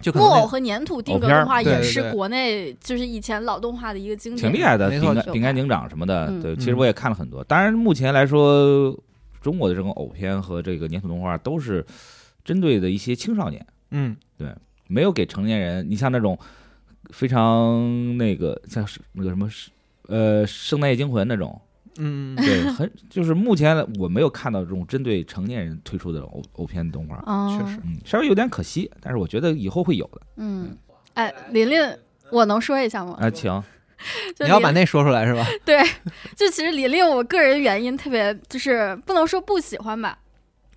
就可木能偶那和粘土定偶格片儿动画对也对是对国内就是以前老动画的一个经典，挺厉害的，嗯没错饼就干饼干警长什么的，嗯对，其实嗯我也看了很多。当然，目前来说，中国的这种偶片和这个粘土动画都是针对的一些青少年，嗯没有给成年人。你像那种非常那个像是那个什么是呃《圣诞夜惊魂》(laughs) 那种，嗯，嗯对，很就是目前我没有看到这种针对成年人推出的偶偶片动画，嗯，确实，嗯，稍微有点可惜，但是我觉得以后会有的嗯，哎，琳琳，我能说一下哦吗？啊，请就你要琳把那说出来是吧？对，就其实琳琳，我个人原因特别就是不能说不喜欢吧，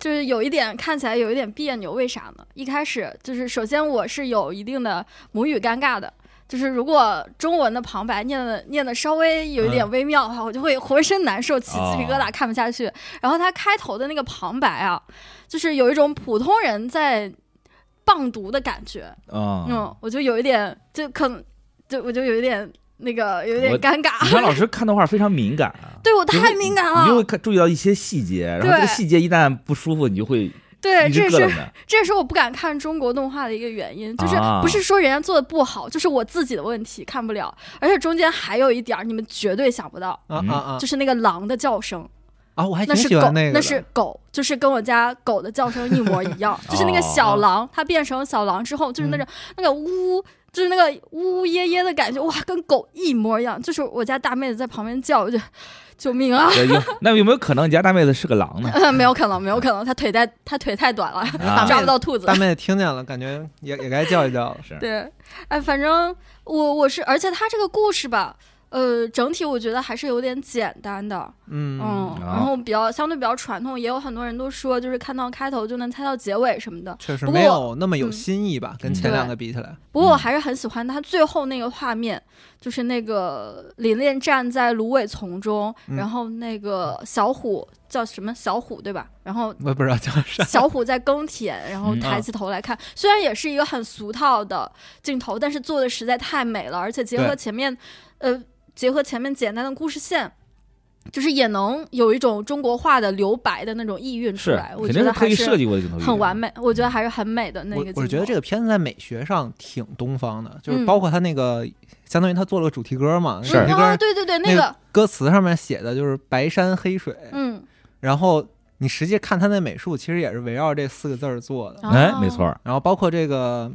就是有一点看起来有一点别扭，为啥呢？一开始就是首先我是有一定的母语尴尬的。就是如果中文的旁白念的念的稍微有一点嗯微妙的话，我就会浑身难受，起鸡皮疙哦瘩，看不下去。然后他开头的那个旁白啊，就是有一种普通人在棒读的感觉，啊哦嗯，，我就有一点，就可能，就我就有一点那个，有一点我尴李尬。强老师看动画非常敏感啊。对我就太会敏感你就会了，看注意到一些细节，然后哦对这个细节一旦不舒服，你就会对，一这是直咯噔的。 (laughs) 这也是我不敢看中国动画的一个原因，就是啊不是说人家做的不好，就是我自己的问题看不了，而且中间还有一点儿你们绝对想不到，啊嗯啊啊就是那个狼的叫声，啊！我还那挺是喜狗，欢个那的，是狗，就是跟我家狗的叫声一模一 (laughs) 样，就是那个哦小狼，它变成小狼之后，就是那种、嗯那个呜。就是那个呜呜咽咽的感觉，哇，跟狗一模一样。就是我家大妹子在旁边叫，我就 (laughs) 救命啊！ (laughs) 对有那有没有可能你家大妹子是个狼呢？没有可能，没有可能，她腿太她腿太短了，啊抓不到兔子大。妹子听见了，感觉也也该叫一叫了。对，哎，反正我我是，而且它这个故事吧，呃，整体我觉得还是有点简单的。嗯嗯，啊然后比较相对比较传统，也有很多人都说，就是看到开头就能猜到结尾什么的。确实不过没我有那么有嗯新意吧，跟嗯前两个比起来，不过我还是很喜欢他最后那个画面，就是那个琳琳站在芦苇丛中，嗯然后那个小虎叫什么小虎对吧？然后我也不知道叫 (laughs) 啥。小虎在耕田，然后嗯抬起头来看，虽然也是一个很俗套的镜头，但是做的实在太美了，而且结合对前面，呃，结合前面简单的故事线。就是也能有一种中国画的留白的那种意韵出是来，，我觉肯定得是刻还意是设计过的镜头语言，很完美，我觉得还是很美的那个我镜头。我是觉得这个片子在美学上挺东方的，就是嗯包括他那个，相当于他做了个主题歌嘛，那是主题啊，歌对对对，那个，歌词上面写的就是白山黑水，嗯，然后你实际看他那美术，其实也是围绕这四个字儿做的。哎哦，没错，儿，然后包括这个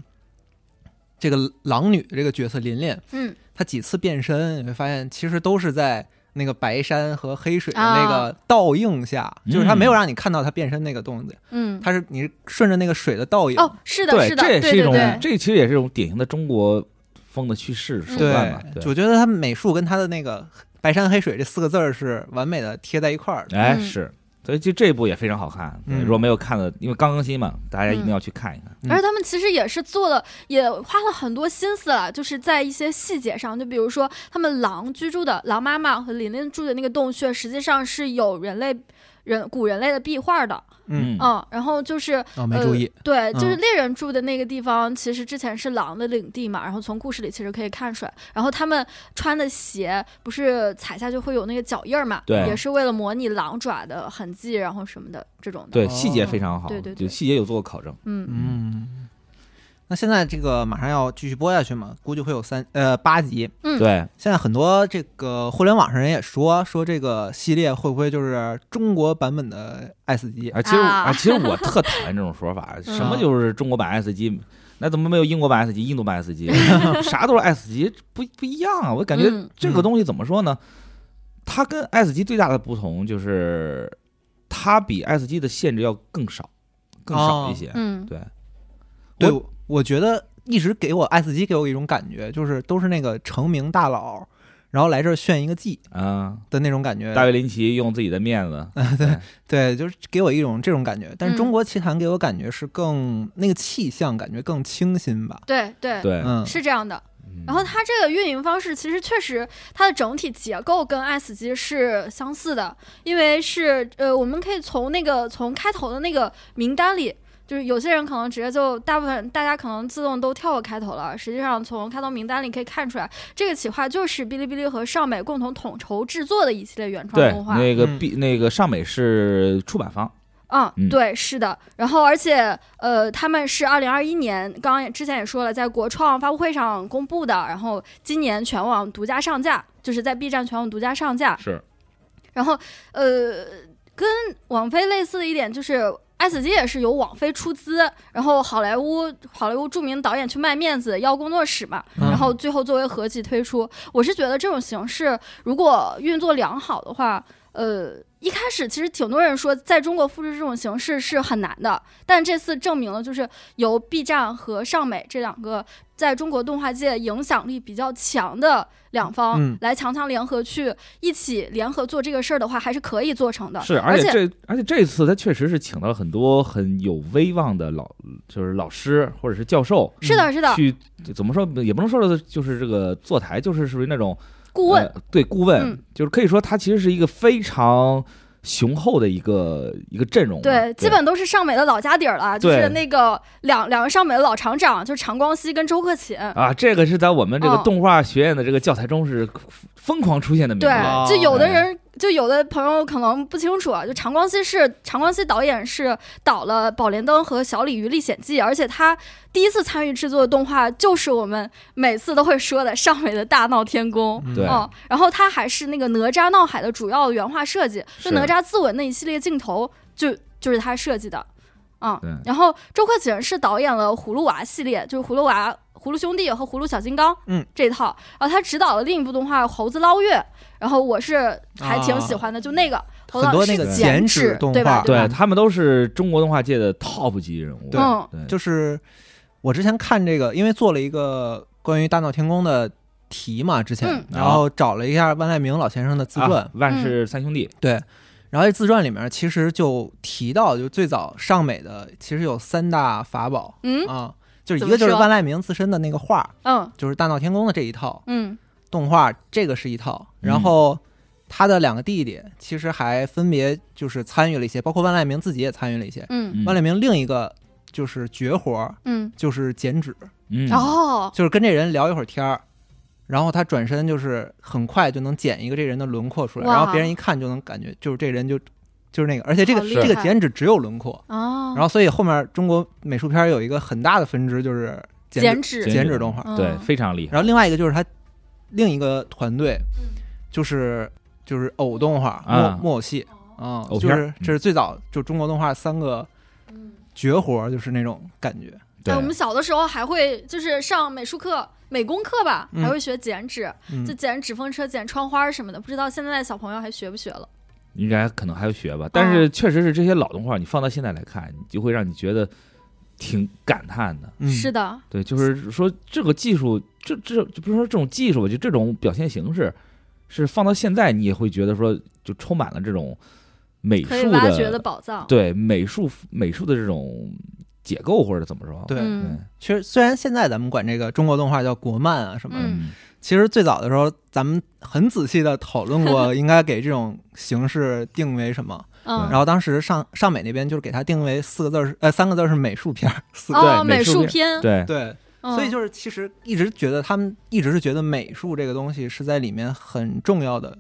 这个狼女这个角色琳琳，嗯，她几次变身，你会发现其实都是在那个白山和黑水的啊那个倒映下，就是她嗯没有让你看到她变身那个动静，嗯，她是你是顺着那个水的倒影，哦，是的，对，是的，这对也是一对种，对，嗯这其实也是一种典型的中国风的叙事手段对嘛，，我嗯对，觉得她美术跟她的那个白山黑水这四个字儿是完美的贴在一块儿的。哎嗯是。所以就这一部也非常好看，对嗯如果没有看的，因为刚更新嘛，大家一定要去看一看。嗯而且他们其实也是做了，也花了很多心思了，就是在一些细节上，就比如说他们狼居住的狼妈妈和琳琳住的那个洞穴，实际上是有人类人古人类的壁画的，嗯，嗯，然后就是哦，没注意，对，就是嗯猎人住的那个地方，其实之前是狼的领地嘛，然后从故事里其实可以看出来，然后他们穿的鞋不是踩下去会有那个脚印儿嘛，对也是为了模拟狼爪的痕迹，然后什么的这种的，对，哦细节非常好，对对对就细节有做过考证。嗯，嗯。那现在这个马上要继续播下去嘛，估计会有三呃八集，嗯对，现在很多这个互联网上人也说说这个系列会不会就是中国版本的爱死机？啊，其实我啊啊，其实我特讨厌这种说法，什么就是中国版 S 级，那怎么没有英国版 S 级、印度版 S 级？啥都是 S 级，不不一样啊！我感觉嗯这个东西怎么说呢？它跟 S 级最大的不同就是，它比 S 级的限制要更少，更少一些。嗯对，对，我我我觉得一直给我爱死机给我一种感觉，就是都是那个成名大佬，然后来这儿炫一个技啊、的那种感觉。大卫林奇用自己的面子，对，就是给我一种这种感觉。但是嗯中国奇谭给我感觉是更、那个气象，感觉更清新吧。对对，对，嗯，是这样的。然后它这个运营方式其实确实它的整体结构跟《爱死机》是相似的，因为是呃，我们可以从那个从开头的那个名单里。就是有些人可能直接就大部分大家可能自动都跳过开头了，实际上从开头名单里可以看出来，这个企划就是哔哩哔哩和尚美共同统筹制作的一系列原创对动，画。那个嗯 B 那个尚美是出版方，嗯，嗯对，是的。然后，而且，呃，他们是二零二一年，刚刚也之前也说了，在国创发布会上公布的，然后今年全网独家上架，就是在 B 站全网独家上架。是然后，呃，跟网飞类似的一点就是，《爱死机》也是由网飞出资，然后好莱坞好莱坞著名导演去卖面子邀工作室嘛，嗯然后最后作为合集推出。我是觉得这种形式如果运作良好的话，呃，一开始其实挺多人说在中国复制这种形式是很难的，但这次证明了，就是由 B 站和尚美这两个在中国动画界影响力比较强的两嗯方来强强联合去一起联合做这个事儿的话，还是可以做成的。是，而而且这而且这次他确实是请到了很多很有威望的老就是老师或者是教授嗯是的，是的，去怎么说也不能说的就是这个坐台，就是属于那种顾问呃对顾问，嗯就是可以说他其实是一个非常雄厚的一个一个阵容吧。对，基本都是尚美的老家底儿了，就是对那个两两个尚美的老厂长，就是常光熙跟周克勤。啊，这个是在我们这个嗯动画学院的这个教材中是疯狂出现的名字对啊。哦，就有的对人，就有的朋友可能不清楚啊，就常光熙是常光熙导演是导了《宝莲灯》和《小鲤鱼历险记》，而且他第一次参与制作的动画就是我们每次都会说的上美的大闹天宫。嗯对哦，然后他还是那个哪吒闹海的主要原画设计，就是哪吒自刎那一系列镜头就就是他设计的，嗯对，然后周克勤是导演了《葫芦娃》系列，就是《葫芦娃》《葫芦兄弟》和《葫芦小金刚》嗯这一套，然后他执导了另一部动画《猴子捞月》，然后我是还挺喜欢的，就那个猴子啊很多那个是剪剪纸动对吧画？吧对他们都是中国动画界的 top 级人物。对嗯对，就是我之前看这个，因为做了一个关于大闹天宫的题嘛，之前嗯，然后找了一下万籁鸣老先生的自传，哦啊万氏三兄弟，对，然后这自传里面其实就提到，就最早尚美的其实有三大法宝嗯啊，就是一怎个么就是说万籁鸣自身的那个画，嗯就是大闹天宫的这一套嗯动画，这个是一套，然嗯后。他的两个弟弟其实还分别就是参与了一些，包括万籁鸣自己也参与了一些。嗯嗯万籁鸣另一个就是绝活儿，嗯，就是剪纸，嗯，哦，就是跟这人聊一会儿天儿，然后他转身就是很快就能剪一个这人的轮廓出来，哇然后别人一看就能感觉就是这人就就是那个，而且这个好厉这个害剪纸只有轮廓，哦，然后所以后面中国美术片儿有一个很大的分支就是剪剪纸纸剪剪纸动画，嗯对，非常厉害。然后另外一个就是他另一个团队嗯就是就是偶动画木啊木偶戏哦啊，偶就片儿嗯是这是最早就中国动画三个嗯绝活儿，就是那种感觉，对哎，我们小的时候还会就是上美术课、美工课吧，嗯还会学剪纸，嗯就剪纸风车、剪窗花什么的，不知道现在的小朋友还学不学了？应该可能还要学吧，但哦是确实是这些老动画，你放到现在来看，你就会让你觉得挺感叹的。嗯是的，对，就是说这个技术，这这就不是说这种技术吧，就这种表现形式，是放到现在你也会觉得说，就充满了这种美可以术挖掘的的，宝藏。嗯对美术美术的这种解构或者怎么说？对，对，嗯其实虽然现在咱们管这个中国动画叫国漫啊什么的，嗯其实最早的时候咱们很仔细的讨 (laughs) 论过应该给这种形式定为什么。嗯，然后当时上上美那边就是给它定为四个字儿是呃三个字儿是美术片儿，四个、哦，对美术术片，对，对，嗯所以就是其实一直觉得他们一直是觉得美术这个东西是在里面很重要的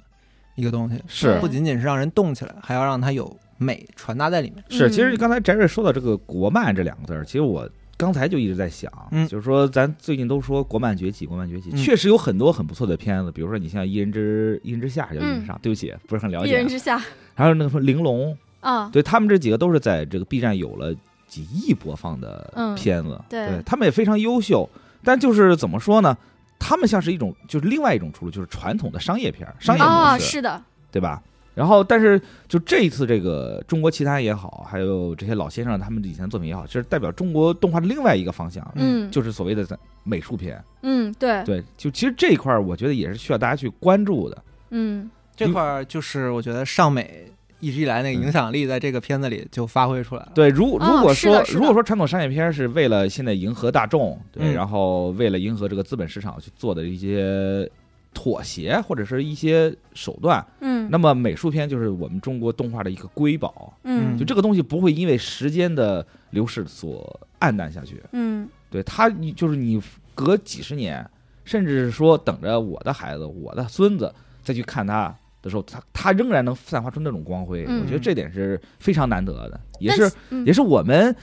一个东西，是不仅仅是让人动起来，还要让它有美传达在里面。是，其实嗯刚才翟瑞说到这个“国漫”这两个字儿，其实我刚才就一直在想，嗯就是说咱最近都说国漫崛起，国漫崛起，嗯确实有很多很不错的片子，比如说你像《一人之一人之下》还是叫《一人之上》对不起，不是很了嗯一人解。之下还有那个什么《玲珑》，啊，对他们这几个都是在这个 B 站有了几亿播放的嗯片子，对他们也非常优秀，但就是怎么说呢？他们像是一种，就是另外一种出路，就是传统的商业片儿、商业哦，模式，是的，对吧？然后，但是就这一次，这个中国奇谭也好，还有这些老先生他们以前的作品也好，就是代表中国动画的另外一个方向，嗯，就是所谓的在美术片。嗯，对，对，就其实这一哦块儿，我觉得也是需要大家去关注的。嗯这块儿就是我觉得上美一直以来那个影响力在这个片子里就发挥出来了。对，如哦如果是说、的是的如果说传统商业片儿是为了现在迎合大众，对，嗯然后为了迎合这个资本市场去做的一些妥协或者是一些手段，嗯那么美术片就是我们中国动画的一个瑰宝，嗯就这个东西不会因为时间的流逝所暗淡下去。嗯对它，你就是你隔几十年，甚至是说等着我的孩子、我的孙子再去看它的时候，它它仍然能散发出那种光辉。嗯我觉得这点是非常难得的，也但是嗯也是我们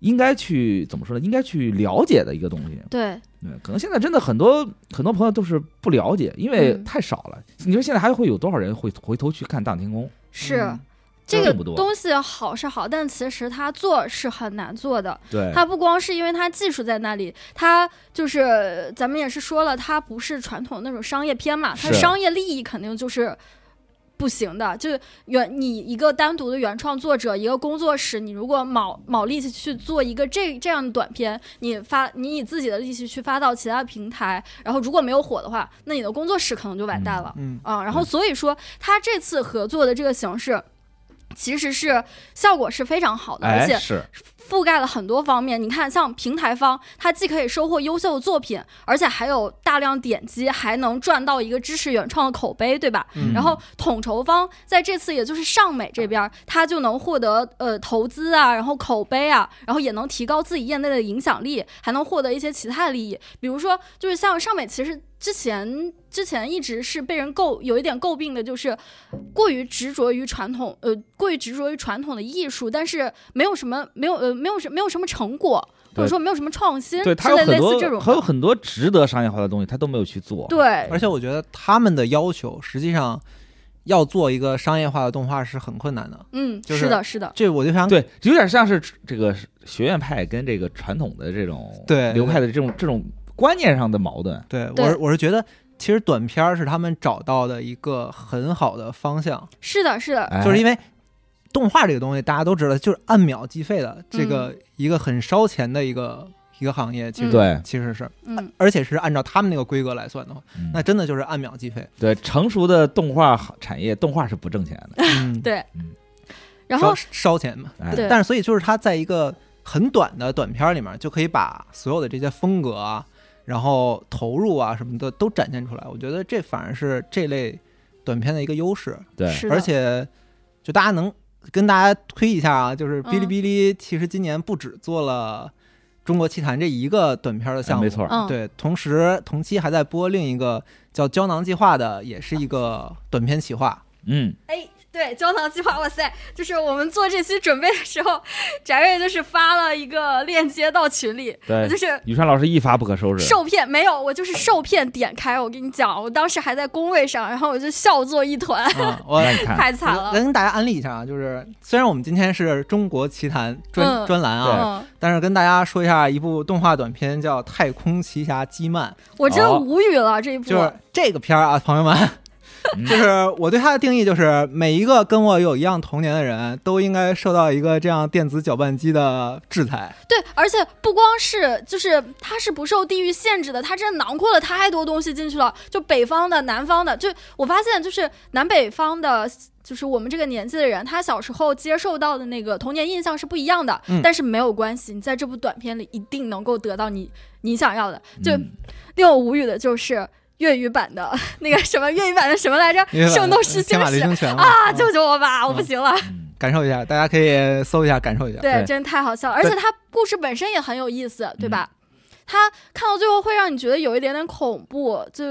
应该去怎么说呢？应该去了解的一个东西。对，嗯，可能现在真的很多很多朋友都是不了解，因为嗯太少了。你说现在还会有多少人会回头去看《大闹天宫》？是、嗯这个并不多东西好是好，但其实它做是很难做的。对它不光是因为它技术在那里，它就是咱们也是说了，它不是传统那种商业片嘛，它是商业利益肯定就是。不行的，就是原你一个单独的原创作者，一个工作室，你如果卯卯力气去做一个这这样的短片，你发你以自己的力气去发到其他平台，然后如果没有火的话，那你的工作室可能就完蛋了。嗯啊，然后对所以说他这次合作的这个形式，其实是效果是非常好的，而哎，且是覆盖了很多方面。你看，像平台方，它既可以收获优秀的作品，而且还有大量点击，还能赚到一个支持原创的口碑，对吧？嗯然后统筹方在这次也就是上美这边儿，他就能获得呃投资啊，然后口碑啊，然后也能提高自己业内的影响力，还能获得一些其他利益，比如说就是像上美其实。之前之前一直是被人诟有一点诟病的，就是过于执着于传统，呃，过于执着于传统的艺术，但是没有什么没有呃没有什没有什么成果，或者对说没有什么创新，对之它有类很类似这多种还有的，很多值得商业化的东西，他都没有去做。对而且我觉得他们的要求实际上要做一个商业化的动画是很困难的。嗯，就是的，是的，这我就想对，有点像是这个学院派跟这个传统的这种对流派的这种这种观念上的矛盾。对对我是我是觉得，其实短片儿是他们找到的一个很好的方向，是的，是的，哎就是因为动画这个东西大家都知道，就是按秒计费的，这个一个很烧钱的一个一个行业，其嗯实、对，其实是，嗯。而且是按照他们那个规格来算的话，嗯那真的就是按秒计费。对成熟的动画产业，动画是不挣钱的。嗯，对然烧后烧钱嘛。哎对但是所以就是它在一个很短的短片儿里面，就可以把所有的这些风格啊，然后投入啊什么的都展现出来。我觉得这反而是这类短片的一个优势，对，是的而且就大家能跟大家推一下啊，就是嗯哔哩哔哩其实今年不止做了《中国奇谭》这一个短片的项哎目，没错儿。嗯，对，同时同期还在播另一个叫《胶囊计划》的，也是一个短片企划。嗯，哎，对，胶囊计划，哇塞，就是我们做这期准备的时候，翟瑞就是发了一个链接到群里，对我就，是。宇川老师一发不可收拾。受骗没有，我就是受骗点开。我跟你讲，我当时还在工位上，然后我就笑作一团，啊，我嗯那你看，太惨我了来。跟大家安利一下啊，就是虽然我们今天是中国奇谭专、嗯专栏啊，嗯，但是跟大家说一下一部动画短片叫《太空奇侠基曼我真哦无语了，这一》，部。就是这个片儿 (laughs) 啊，朋友们，嗯就是我对它的定义就是每一个跟我有一样童年的人都应该受到一个这样电子搅拌机的制裁。对，而且不光是，就是它是不受地域限制的，它真的囊括了太多东西进去了，就北方的、南方的，就我发现就是南北方的。就是我们这个年纪的人，他小时候接受到的那个童年印象是不一样的，嗯但是没有关系，你在这部短片里一定能够得到你你想要的。就嗯令我无语的就是粤语版的 (laughs) 那个什么粤语版的什么来着，因 (laughs) 为《圣斗士星天马流矢》星拳嘛啊！嗯救救我吧，我不嗯行了。嗯感受一下，大家可以搜一下感受一下。对，对真太好笑了，而且对嗯它故事本身也很有意思，对吧？它看到最后会让你觉得有一点点恐怖，就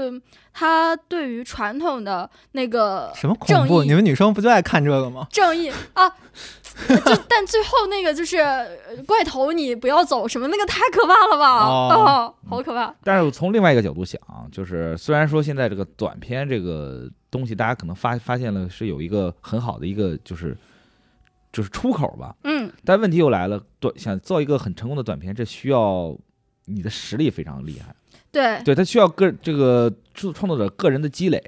它对于传统的那个什么恐正怖？你义。们女生不就爱看这个吗？正义啊， (laughs) 就但最后那个就是呃怪头，你不要走什么那个太可怕了吧？哦哦，好可怕。但是我从另外一个角度想，就是虽然说现在这个短片这个东西，大家可能发发现了是有一个很好的一个就是就是出口吧，嗯，但问题又来了，短想造一个很成功的短片，这需要你的实力非常厉害，对，对，它需要个这个创创作者个人的积累，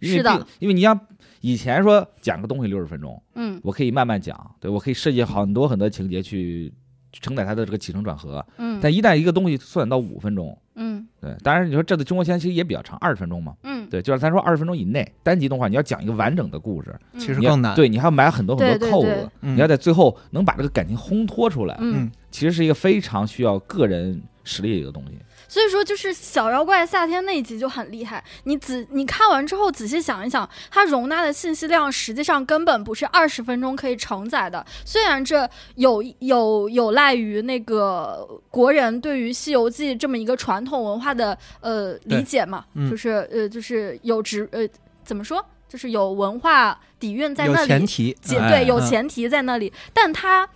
因为是的并，因为你像以前说讲个东西六十分钟，嗯我可以慢慢讲，对我可以设计很多很多情节去承载它的这个起承转合，嗯但一旦一个东西缩短到五分钟，嗯对，当然你说这次中国前其实也比较长，二十分钟嘛，嗯对，就是咱说二十分钟以内单集动画，你要讲一个完整的故事，嗯其实你要更难对，你还要埋很多很对多对扣对子，嗯你要在最后能把这个感情烘托出来，嗯，其实是一个非常需要个人实力的一个东西。所以说就是小妖怪夏天那一集就很厉害。你仔你看完之后仔细想一想，它容纳的信息量实际上根本不是二十分钟可以承载的。虽然这有有有赖于那个国人对于《西游记》这么一个传统文化的呃对理解嘛，嗯就是呃就是有职呃怎么说，就是有文化底蕴在有那里，前提，解哎对有嗯前提在那里，但它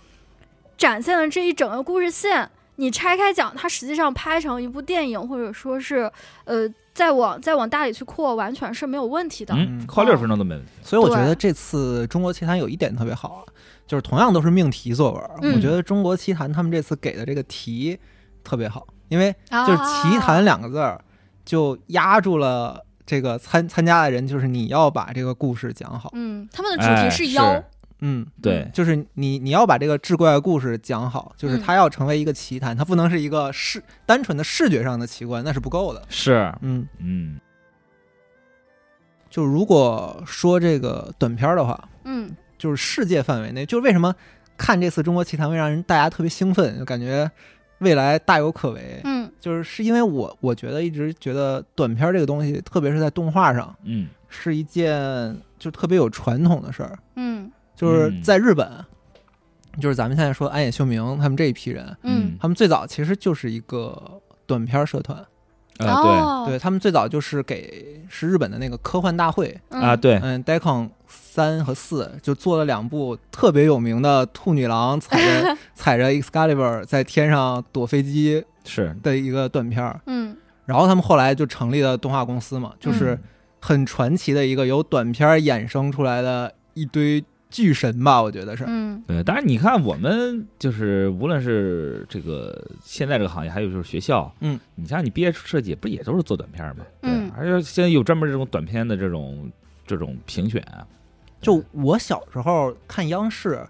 展现了这一整个故事线，你拆开讲，它实际上拍成一部电影，或者说是呃，再往再往大里去扩，完全是没有问题的。嗯，靠六十分钟都没问题。所以我觉对得这次中国奇谭有一点特别好啊，就是同样都是命题作文儿，嗯我觉得中国奇谭他们这次给的这个题特别好，因为啊就是“奇谭”两个字儿就压住了这个参参加的人，就是你要把这个故事讲好，嗯，他们的主题是妖，哎嗯，对，就是你你要把这个志怪故事讲好，就是嗯它要成为一个奇谭，它不能是一个视单纯的视觉上的奇观，那是不够的，是，嗯。嗯，就如果说这个短片儿的话，嗯就是世界范围内，就是为什么看这次中国奇谭会让人大家特别兴奋，就感觉未来大有可为，嗯就是是因为我我觉得一直觉得短片儿这个东西，特别是在动画上，嗯，是一件就特别有传统的事儿，嗯就是嗯在日本，就是咱们现在说安野秀明他们这一批人，嗯嗯，他们最早其实就是一个短片儿社团，啊，哦嗯对，对他们最早就是给是日本的那个科幻大会，对啊，，对，嗯，Decon 三和四就做了两部特别有名的兔女郎踩 (laughs) 着踩着 Excalibur 在天上躲飞机是，的一个短片儿。嗯然后他们后来就成立了动画公司嘛，就是很传奇的一个由短片儿衍生出来的一堆巨神吧，我觉得是。嗯对，呃当然你看，我们就是无论是这个现在这个行业，还有就是学校，嗯，你像你毕业设计不也都是做短片儿吗？对嗯而且现在有专门这种短片的这种这种评选啊，就我小时候看央视，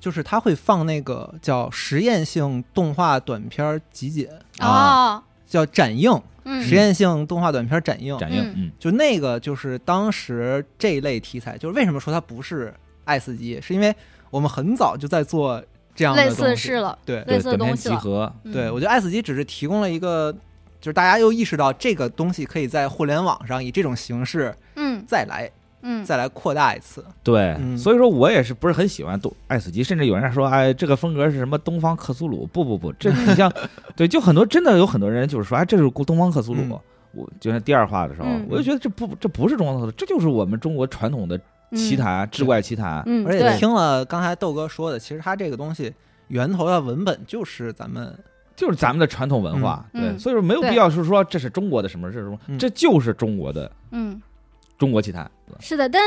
就是他会放那个叫实验性动画短片儿集锦，啊哦叫展映，嗯实验性动画短片儿展映。展映，嗯嗯，就那个就是当时这一类题材，就是为什么说它不是爱斯基，是因为我们很早就在做这样的类东西。似是嗯了，对类对，似的短片东西集了合，嗯对，我觉得爱斯基只是提供了一个，就是大家又意识到这个东西可以在互联网上以这种形式嗯再来嗯再来扩大一次。对，嗯所以说我也是不是很喜欢东爱死机，甚至有人说，哎，这个风格是什么东方克苏鲁？不不不，这 (laughs) 你像，对，就很多真的有很多人就是说，哎，这是东方克苏鲁。嗯我就像第二话的时候，嗯我就觉得这不这不是东方克苏鲁，这就是我们中国传统的奇，谭、志怪奇谭。嗯嗯而且对听了刚才豆哥说的，其实它这个东西源头的文本就是咱们就是咱们的传统文化，嗯嗯对，所以说没有对必要是说这是中国的什么，这是什么，嗯这就是中国的嗯。中国奇谭。是的，但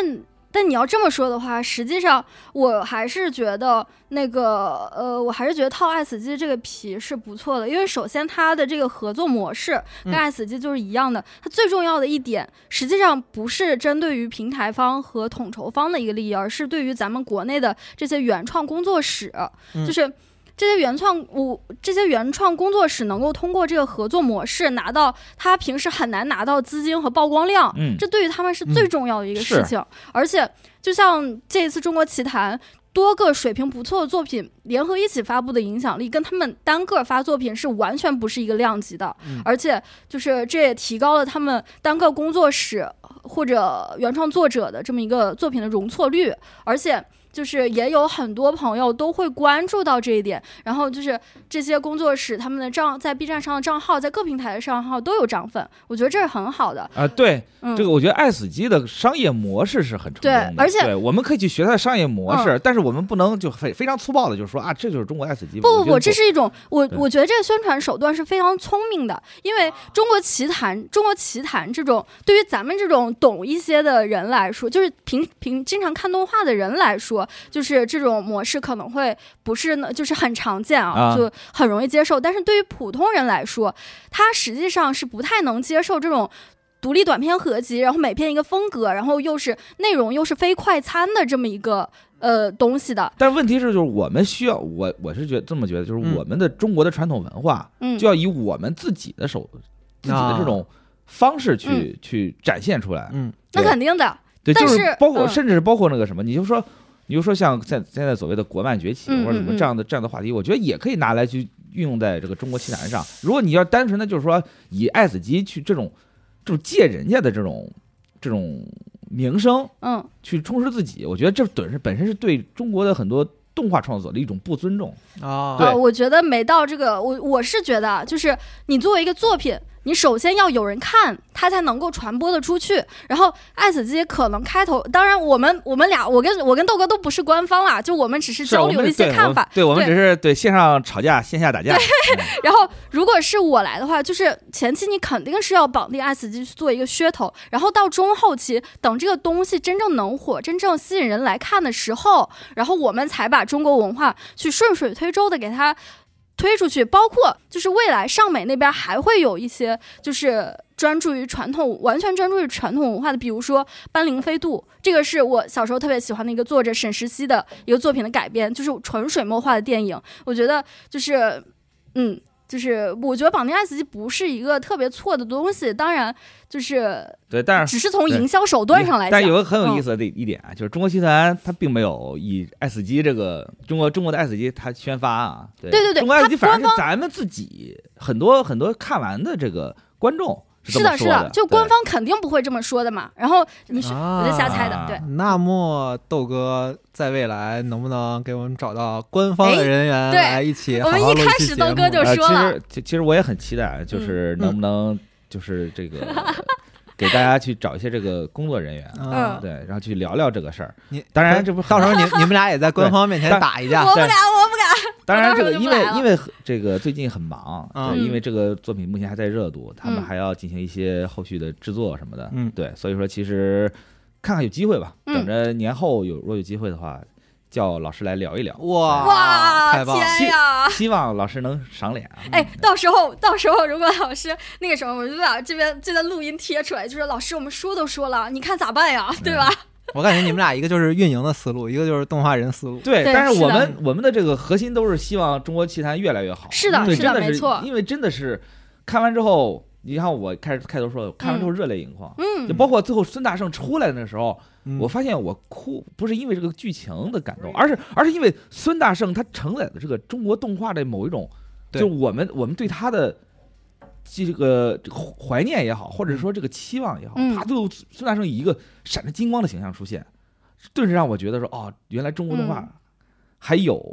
但你要这么说的话，实际上我还是觉得那个呃，我还是觉得套爱死机这个皮是不错的，因为首先它的这个合作模式跟嗯爱死机就是一样的。它最重要的一点，实际上不是针对于平台方和统筹方的一个利益，而是对于咱们国内的这些原创工作室，嗯就是。这些原创，我这些原创工作室能够通过这个合作模式拿到他平时很难拿到资金和曝光量，嗯，这对于他们是最重要的一个事是情。而且，就像这一次中国奇谭。多个水平不错的作品联合一起发布的影响力，跟他们单个发作品是完全不是一个量级的。嗯而且，就是这也提高了他们单个工作室或者原创作者的这么一个作品的容错率。而且，就是也有很多朋友都会关注到这一点。然后就是这些工作室他们的账在 B 站上的账号，在各平台的账号都有涨粉，我觉得这是很好的。啊、对，嗯，这个我觉得爱死机的商业模式是很成功的，对而且嗯我们可以去学它的商业模式，但是我们不能就非非常粗暴的就说啊，这就是中国爱死机。不不我觉得不，这是一种我对我觉得这个宣传手段是非常聪明的，因为中国奇谭，中国奇谭这种对于咱们这种懂一些的人来说，就是平平经常看动画的人来说，就是这种模式可能会不是呢，就是很常见啊，啊就很容易接受。但是对于普通人来说，他实际上是不太能接受这种。独立短片合集，然后每片一个风格，然后又是内容又是非快餐的这么一个呃东西的，但问题是，就是我们需要，我我是觉得这么觉得，就是嗯我们的中国的传统文化、嗯就要以我们自己的手、自己的这种方式去、嗯去展现出来。啊嗯，那对肯定的，对，但就是包括、嗯甚至是包括那个什么，你就说，你就说像现现在所谓的国漫崛起嗯或者什嗯嗯么这样的这样的话题，我觉得也可以拿来去运用在这个中国棋坛上。如果你要单纯的就是说以爱子鸡去这种这种借人家的这种这种名声嗯，去充实自己，我觉得这本身本身是对中国的很多动画创作者的一种不尊重。哦，对呃，我觉得没到这个，我我是觉得，啊，就是你作为一个作品，你首先要有人看，它才能够传播的出去。然后《爱死机》可能开头，当然我们我们俩，我跟我跟豆哥都不是官方啦，就我们只是交流一些看法。啊对我们只是对线上吵架，线下打架。然后，如果是我来的话，就是前期你肯定是要绑定爱死机去做一个噱头，然后到中后期，等这个东西真正能火、真正吸引人来看的时候，然后我们才把中国文化去顺水推舟的给它推出去。包括就是未来上美那边还会有一些就是。专注于传统，完全专注于传统文化的，比如说《班陵飞渡》，这个是我小时候特别喜欢的一个作者沈石溪的一个作品的改编，就是纯水墨画的电影。我觉得就是，嗯，就是我觉得绑定爱死机不是一个特别错的东西，当然就是对，但是只是从对营销手段上来讲，嗯但有个很有意思的一点啊，就是中国集团它并没有以爱死机这个中国中国的爱死机它宣发啊，对对对对中国爱死机它反官而是咱们自己很多很多看完的这个观众这是么的，说是的，就官对方肯定不会这么说的嘛。然后你是、啊我就瞎猜的，对，哎那么豆哥在未来能不能给我们找到官方哎的人员对来一起好哎我好们录一开期始节豆哥目就呃说了嗯其实其其实我也很期待啊，就是能不能就是 (laughs) 这个给大家去找一些这个工作人员啊，嗯，对，然后去聊聊这个事儿。你哎当然这不到时候你你们俩也在官对方面 (laughs) 前但啊打一架，我不对敢，我不敢。当然，这我到个时候就因不为来了因为很这个最近很忙，嗯对，因为这个作品目前还在热度，他们嗯还要进行一些后续的制作什么的，嗯对，所以说其实看看有机会吧，嗯等着年后有若有机会的话，叫老师来聊一聊，哇哇，太棒了！天呀！希望老师能赏脸啊。哎，到时候到时候如果老师那个什么，我就把这边这段录音贴出来，就说老师我们说都说了，你看咋办嗯呀，对吧？我感觉你们俩一个就是运营的思路，一个就是动画人思路。对，对但是是我的们我们的这个核心都是希望中国棋坛越来越好。是的对是的真的没错因为真的是看完之后，你看我开始开头说，看完之后热泪盈眶，就嗯，包括最后孙大圣出来的时候，嗯我发现我哭不是因为这个剧情的感动，而是而是因为孙大圣他承载的这个中国动画的某一种，对就我们我们对他的这个这个怀念也好，或者说这个期望也好，嗯他就孙大圣以一个闪着金光的形象出现，顿时让我觉得说哦，原来中国动嗯画还有、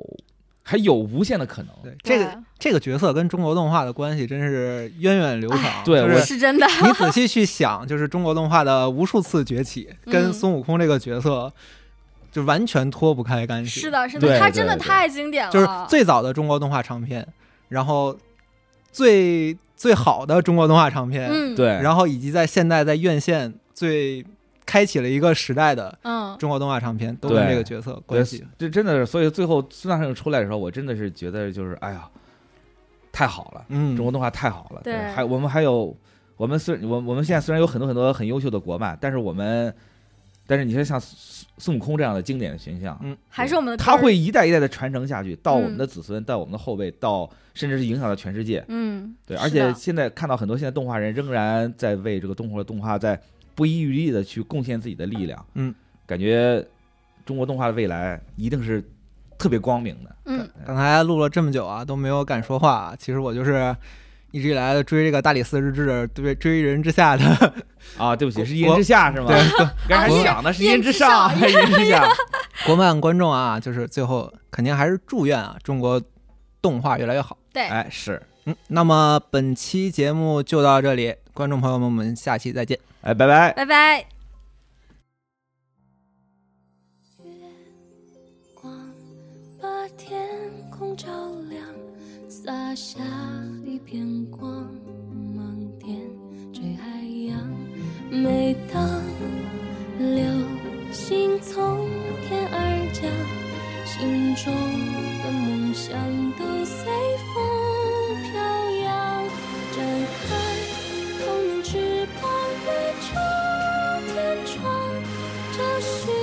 还有无限的可能。对这啊个这个角色跟中国动画的关系真是源远流长。 (laughs) 对就是我是真的， (laughs) 你仔细去想，就是中国动画的无数次崛起，跟嗯孙悟空这个角色就完全脱不开干系。是，的，是嗯对的，他真的对对太经典了，就是最早的中国动画长片，然后最最好的中国动画长片，嗯对，然后以及在现代在院线最开启了一个时代的嗯中国动画长片，都跟对这个角色对关，系。这真的是，所以最后孙大圣出来的时候，我真的是觉得就是哎呀，太好了。嗯，中国动画太好了。对还我们还有我们虽我我们现在虽然有很多很多很优秀的国漫，但是我们但是你说像孙孙悟空这样的经典的形象，嗯还是我们的他根儿会一代一代的传承下去，到嗯我们的子孙，到我们的后辈，到甚至是影响到全世界。嗯，对，是而且的现在看到很多现在动画人仍然在为这个动画动画在不遗余力的去贡献自己的力量。嗯，感觉中国动画的未来一定是特别光明的。嗯刚才录了这么久啊，都没有敢说话啊。其实我就是一直以来的追这个大理寺日志，追追人之下的，啊，对不起，是一嗯国人之下是吗？对 (laughs) 刚才啊是想的是一一人人之之上，上 (laughs) 一人之下。国漫观众啊，就是最后肯定还是祝愿啊，中国动画越来越好。对，哎，是，嗯，那么本期节目就到这里，观众朋友们，我们下期再见。哎，拜拜。拜拜。光把天空照亮，洒下一片光芒，点缀海洋。每当流星从天而降，心中的梦想都随风飘扬，展开透明翅膀，越出天窗，找寻。